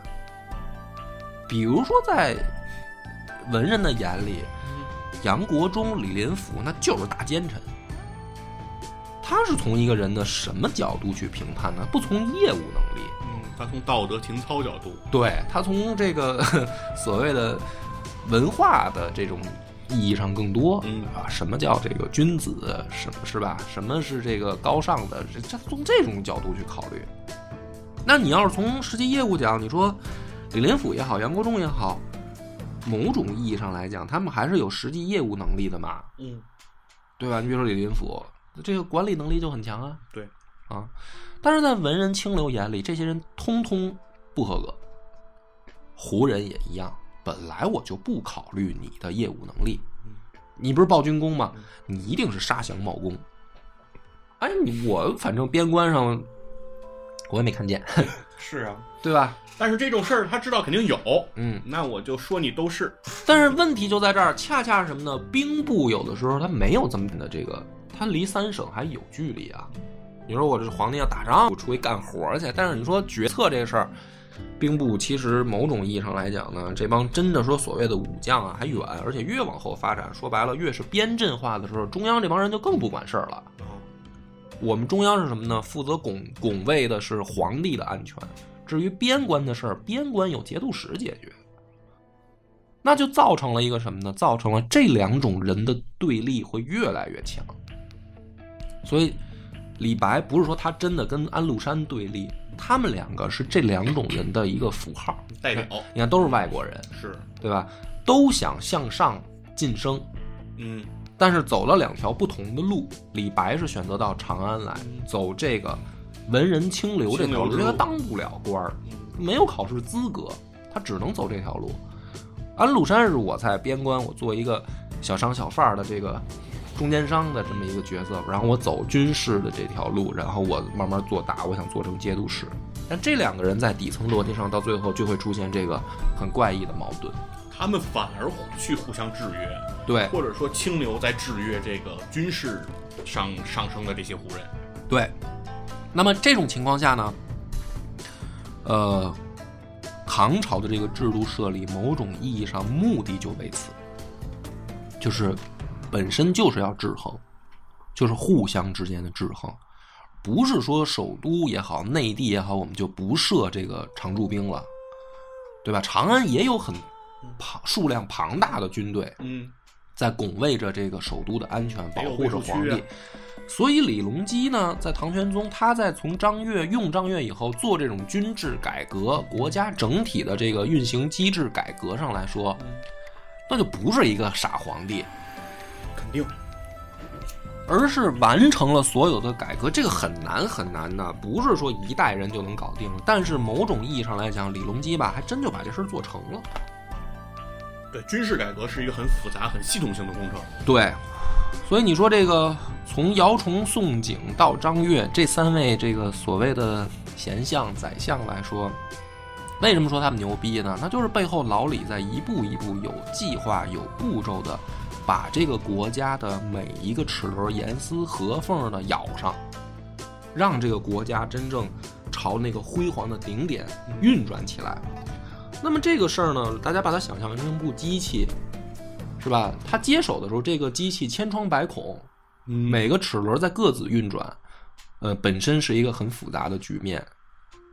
[SPEAKER 1] 比如说，在文人的眼里，杨国忠、李林甫那就是大奸臣。他是从一个人的什么角度去评判呢？不从业务能力，
[SPEAKER 2] 嗯，他从道德情操角度，
[SPEAKER 1] 对他从这个 *laughs* 所谓的文化的这种意义上更多，
[SPEAKER 2] 嗯
[SPEAKER 1] 啊，什么叫这个君子，什么是吧？什么是这个高尚的？这这从这种角度去考虑。那你要是从实际业务讲，你说李林甫也好，杨国忠也好，某种意义上来讲，他们还是有实际业务能力的嘛，
[SPEAKER 2] 嗯，
[SPEAKER 1] 对吧？你比如说李林甫，这个管理能力就很强啊，
[SPEAKER 2] 对，
[SPEAKER 1] 啊，但是在文人清流眼里，这些人通通不合格。胡人也一样，本来我就不考虑你的业务能力
[SPEAKER 2] 嗯，
[SPEAKER 1] 你不是报军功吗
[SPEAKER 2] 嗯？
[SPEAKER 1] 你一定是杀降冒功。哎，你我反正边关上我也没看
[SPEAKER 2] 嗯
[SPEAKER 1] 见，
[SPEAKER 2] 是啊，
[SPEAKER 1] 对吧？
[SPEAKER 2] 但是这种事儿他知道肯定有，
[SPEAKER 1] 嗯，
[SPEAKER 2] 那我就说你都是，
[SPEAKER 1] 但是问题就在这儿，恰恰是什么呢？兵部有的时候他没有这么的这个，他离三省还有距离啊。你说我这皇帝要打仗，我出去干活儿去，但是你说决策这事儿，兵部其实某种意义上来讲呢，这帮真的说所谓的武将啊还远，而且越往后发展，说白了越是边镇化的时候，中央这帮人就更不管事儿了。
[SPEAKER 2] 啊
[SPEAKER 1] 我们中央是什么呢？负责拱拱卫的是皇帝的安全，至于边关的事儿，边关有节度使解决。那就造成了一个什么呢？造成了这两种人的对立会越来越强。所以，李白不是说他真的跟安禄山对立，他们两个是这两种人的一个符号。
[SPEAKER 2] 代表
[SPEAKER 1] 你看，都是外国人，
[SPEAKER 2] 是，
[SPEAKER 1] 对吧？都想向上晋升，
[SPEAKER 2] 嗯
[SPEAKER 1] 但是走了两条不同的路。李白是选择到长安来走这个文人清流这条
[SPEAKER 2] 清流
[SPEAKER 1] 路，
[SPEAKER 2] 之
[SPEAKER 1] 因
[SPEAKER 2] 路
[SPEAKER 1] 为他当不了官儿，没有考试资格，他只能走这条路。安禄山是我在边关，我做一个小商小贩儿的这个中间商的这么一个角色，然后我走军事的这条路，然后我慢慢做大，我想做成节度使。但这两个人在底层逻辑上，到最后就会出现这个很怪异的矛盾。
[SPEAKER 2] 他们反而去互相制约，
[SPEAKER 1] 对，
[SPEAKER 2] 或者说清流在制约这个军事上上升的这些胡人，
[SPEAKER 1] 对，那么这种情况下呢，呃，唐朝的这个制度设立，某种意义上目的就为此，就是本身就是要制衡，就是互相之间的制衡，不是说首都也好，内地也好，我们就不设这个常驻兵了，对吧？长安也有很庞数量庞大的军队，
[SPEAKER 2] 嗯，
[SPEAKER 1] 在拱卫着这个首都的安全，保
[SPEAKER 2] 得有
[SPEAKER 1] 护
[SPEAKER 2] 卫
[SPEAKER 1] 着
[SPEAKER 2] 戍区
[SPEAKER 1] 皇帝。
[SPEAKER 2] 啊
[SPEAKER 1] 所以李隆基呢，在唐玄宗，他在从张悦用张悦以后做这种军制改革，国家整体的这个运行机制改革上来说，
[SPEAKER 2] 嗯
[SPEAKER 1] 那就不是一个傻皇帝，
[SPEAKER 2] 肯定，
[SPEAKER 1] 而是完成了所有的改革。这个很难很难的，不是说一代人就能搞定。但是某种意义上来讲，李隆基吧，还真就把这事儿做成了。
[SPEAKER 2] 对，军事改革是一个很复杂、很系统性的工程。
[SPEAKER 1] 对，所以你说这个从姚崇、宋璟到张悦这三位这个所谓的贤相、宰相来说，为什么说他们牛逼呢？那就是背后老李在一步一步有计划、有步骤的把这个国家的每一个齿轮严丝合缝的咬上，让这个国家真正朝那个辉煌的顶点运转起来。那么这个事儿呢，大家把它想象成一部机器，是吧？它接手的时候，这个机器千疮百孔，每个齿轮在各自运转，呃，本身是一个很复杂的局面。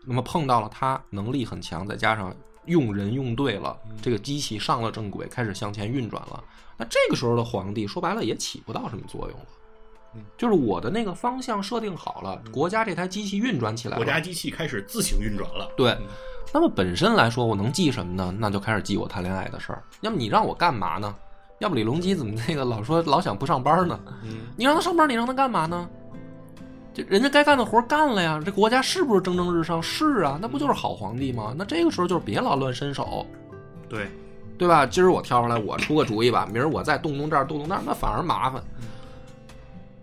[SPEAKER 1] 那么碰到了它能力很强，再加上用人用对了，
[SPEAKER 2] 嗯
[SPEAKER 1] 这个机器上了正轨，开始向前运转了。那这个时候的皇帝，说白了也起不到什么作用了
[SPEAKER 2] 嗯。
[SPEAKER 1] 就是我的那个方向设定好了，国家这台机器运转起来了，
[SPEAKER 2] 国家机器开始自行运转了。
[SPEAKER 1] 对，那么本身来说，我能记什么呢？那就开始记我谈恋爱的事儿。要么你让我干嘛呢？要不李隆基怎么那个老说老想不上班呢？
[SPEAKER 2] 嗯，
[SPEAKER 1] 你让他上班，你让他干嘛呢？这人家该干的活干了呀，这国家是不是蒸蒸日上？是啊，那不就是好皇帝吗？那这个时候就是别老乱伸手，
[SPEAKER 2] 对，
[SPEAKER 1] 对吧？今儿我跳出来，我出个主意吧，明儿我再动动这儿，动动那儿，那反而麻烦。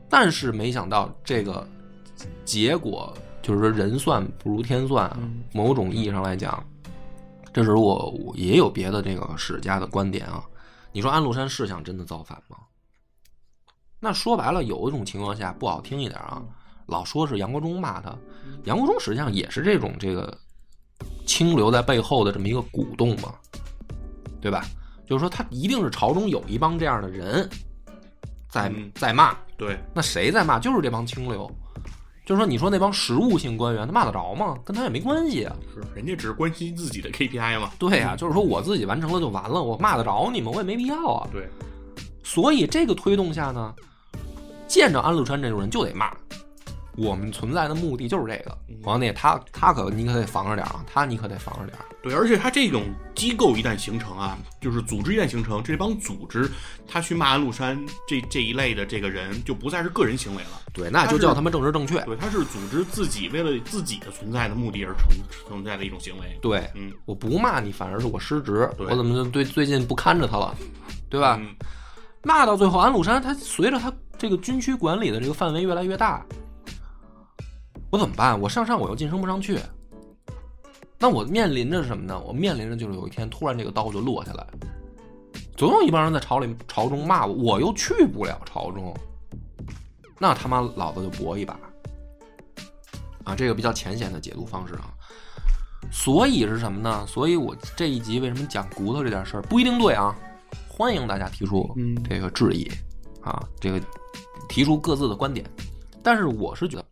[SPEAKER 1] 但是没想到这个结果，就是说人算不如天算啊。某种意义上来讲，这时候我我也有别的这个史家的观点啊。你说安禄山是想真的造反吗？那说白了，有一种情况下不好听一点啊，老说是杨国忠骂他，杨国忠实际上也是这种这个清流在背后的这么一个鼓动嘛。对吧？就是说他一定是朝中有一帮这样的人在
[SPEAKER 2] 嗯
[SPEAKER 1] 在骂，
[SPEAKER 2] 对，
[SPEAKER 1] 那谁在骂？就是这帮清流。就是说，你说那帮实务性官员，他骂得着吗？跟他也没关系啊。
[SPEAKER 2] 是人家只是关心自己的 KPI 嘛。
[SPEAKER 1] 对呀、就是说我自己完成了就完了，我骂得着你们，我也没必要啊。
[SPEAKER 2] 对，
[SPEAKER 1] 所以这个推动下呢，见着安禄山这种人就得骂。我们存在的目的就是这个，
[SPEAKER 2] 嗯
[SPEAKER 1] 皇帝他他可你可得防着点啊，他你可得防着点儿。
[SPEAKER 2] 对，而且他这种机构一旦形成啊，就是组织一旦形成，这帮组织他去骂安禄山这这一类的这个人，就不再是个人行为了。
[SPEAKER 1] 对，那就
[SPEAKER 2] 他是
[SPEAKER 1] 叫他们政治正确。
[SPEAKER 2] 对，他是组织自己为了自己的存在的目的而存存在的一种行为。
[SPEAKER 1] 对，
[SPEAKER 2] 嗯，
[SPEAKER 1] 我不骂你，反而是我失职，
[SPEAKER 2] 对
[SPEAKER 1] 我怎么就对最近不看着他了，对吧？
[SPEAKER 2] 嗯
[SPEAKER 1] 骂到最后，安禄山他随着他这个军区管理的这个范围越来越大，我怎么办？我上上我又晋升不上去，那我面临着什么呢？我面临着就是有一天突然这个刀就落下来，总有一帮人在朝里朝中骂我，我又去不了朝中，那他妈老子就搏一把啊！这个比较浅显的解读方式啊。所以是什么呢？所以我这一集为什么讲骨头这点事儿不一定对啊？欢迎大家提出
[SPEAKER 2] 嗯
[SPEAKER 1] 这个质疑、啊，这个提出各自的观点。但是我是觉得，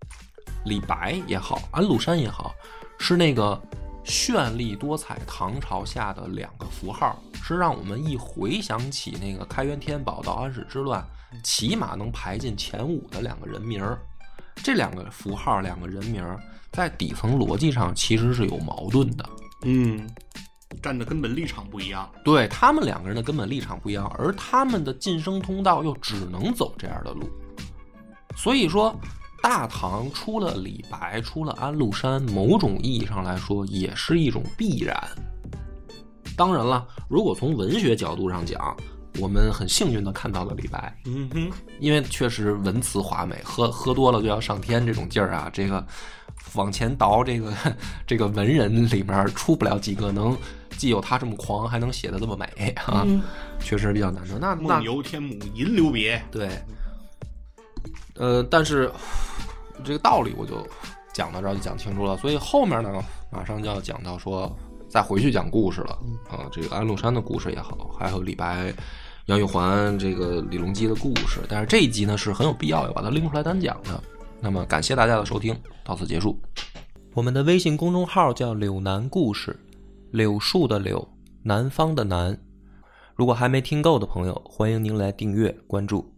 [SPEAKER 1] 李白也好，安禄山也好，是那个绚丽多彩唐朝下的两个符号，是让我们一回想起那个开元天宝到安史之乱，起码能排进前五的两个人名儿。这两个符号、两个人名儿在底层逻辑上其实是有矛盾的。
[SPEAKER 2] 嗯，站的根本立场不一样。
[SPEAKER 1] 对他们两个人的根本立场不一样，而他们的晋升通道又只能走这样的路。所以说，大唐除了李白，除了安禄山，某种意义上来说也是一种必然。当然了，如果从文学角度上讲，我们很幸运的看到了李白，
[SPEAKER 2] 嗯哼，
[SPEAKER 1] 因为确实文辞华美，喝喝多了就要上天这种劲儿啊，这个往前倒，这个 *laughs* 这个文人里面出不了几个能既有他这么狂，还能写的这么美啊，确实比较难得。那那
[SPEAKER 2] 嗯梦游天姥吟留别。
[SPEAKER 1] 对，呃，但是这个道理我就讲到这儿就讲清楚了，所以后面呢，马上就要讲到说再回去讲故事了
[SPEAKER 3] 嗯
[SPEAKER 1] 啊。这个安禄山的故事也好，还有李白、杨玉环、这个李隆基的故事，但是这一集呢是很有必要要把它拎出来单讲的。那么感谢大家的收听，到此结束。
[SPEAKER 3] 我们的微信公众号叫“柳南故事”，柳树的柳，南方的南。如果还没听够的朋友，欢迎您来订阅关注。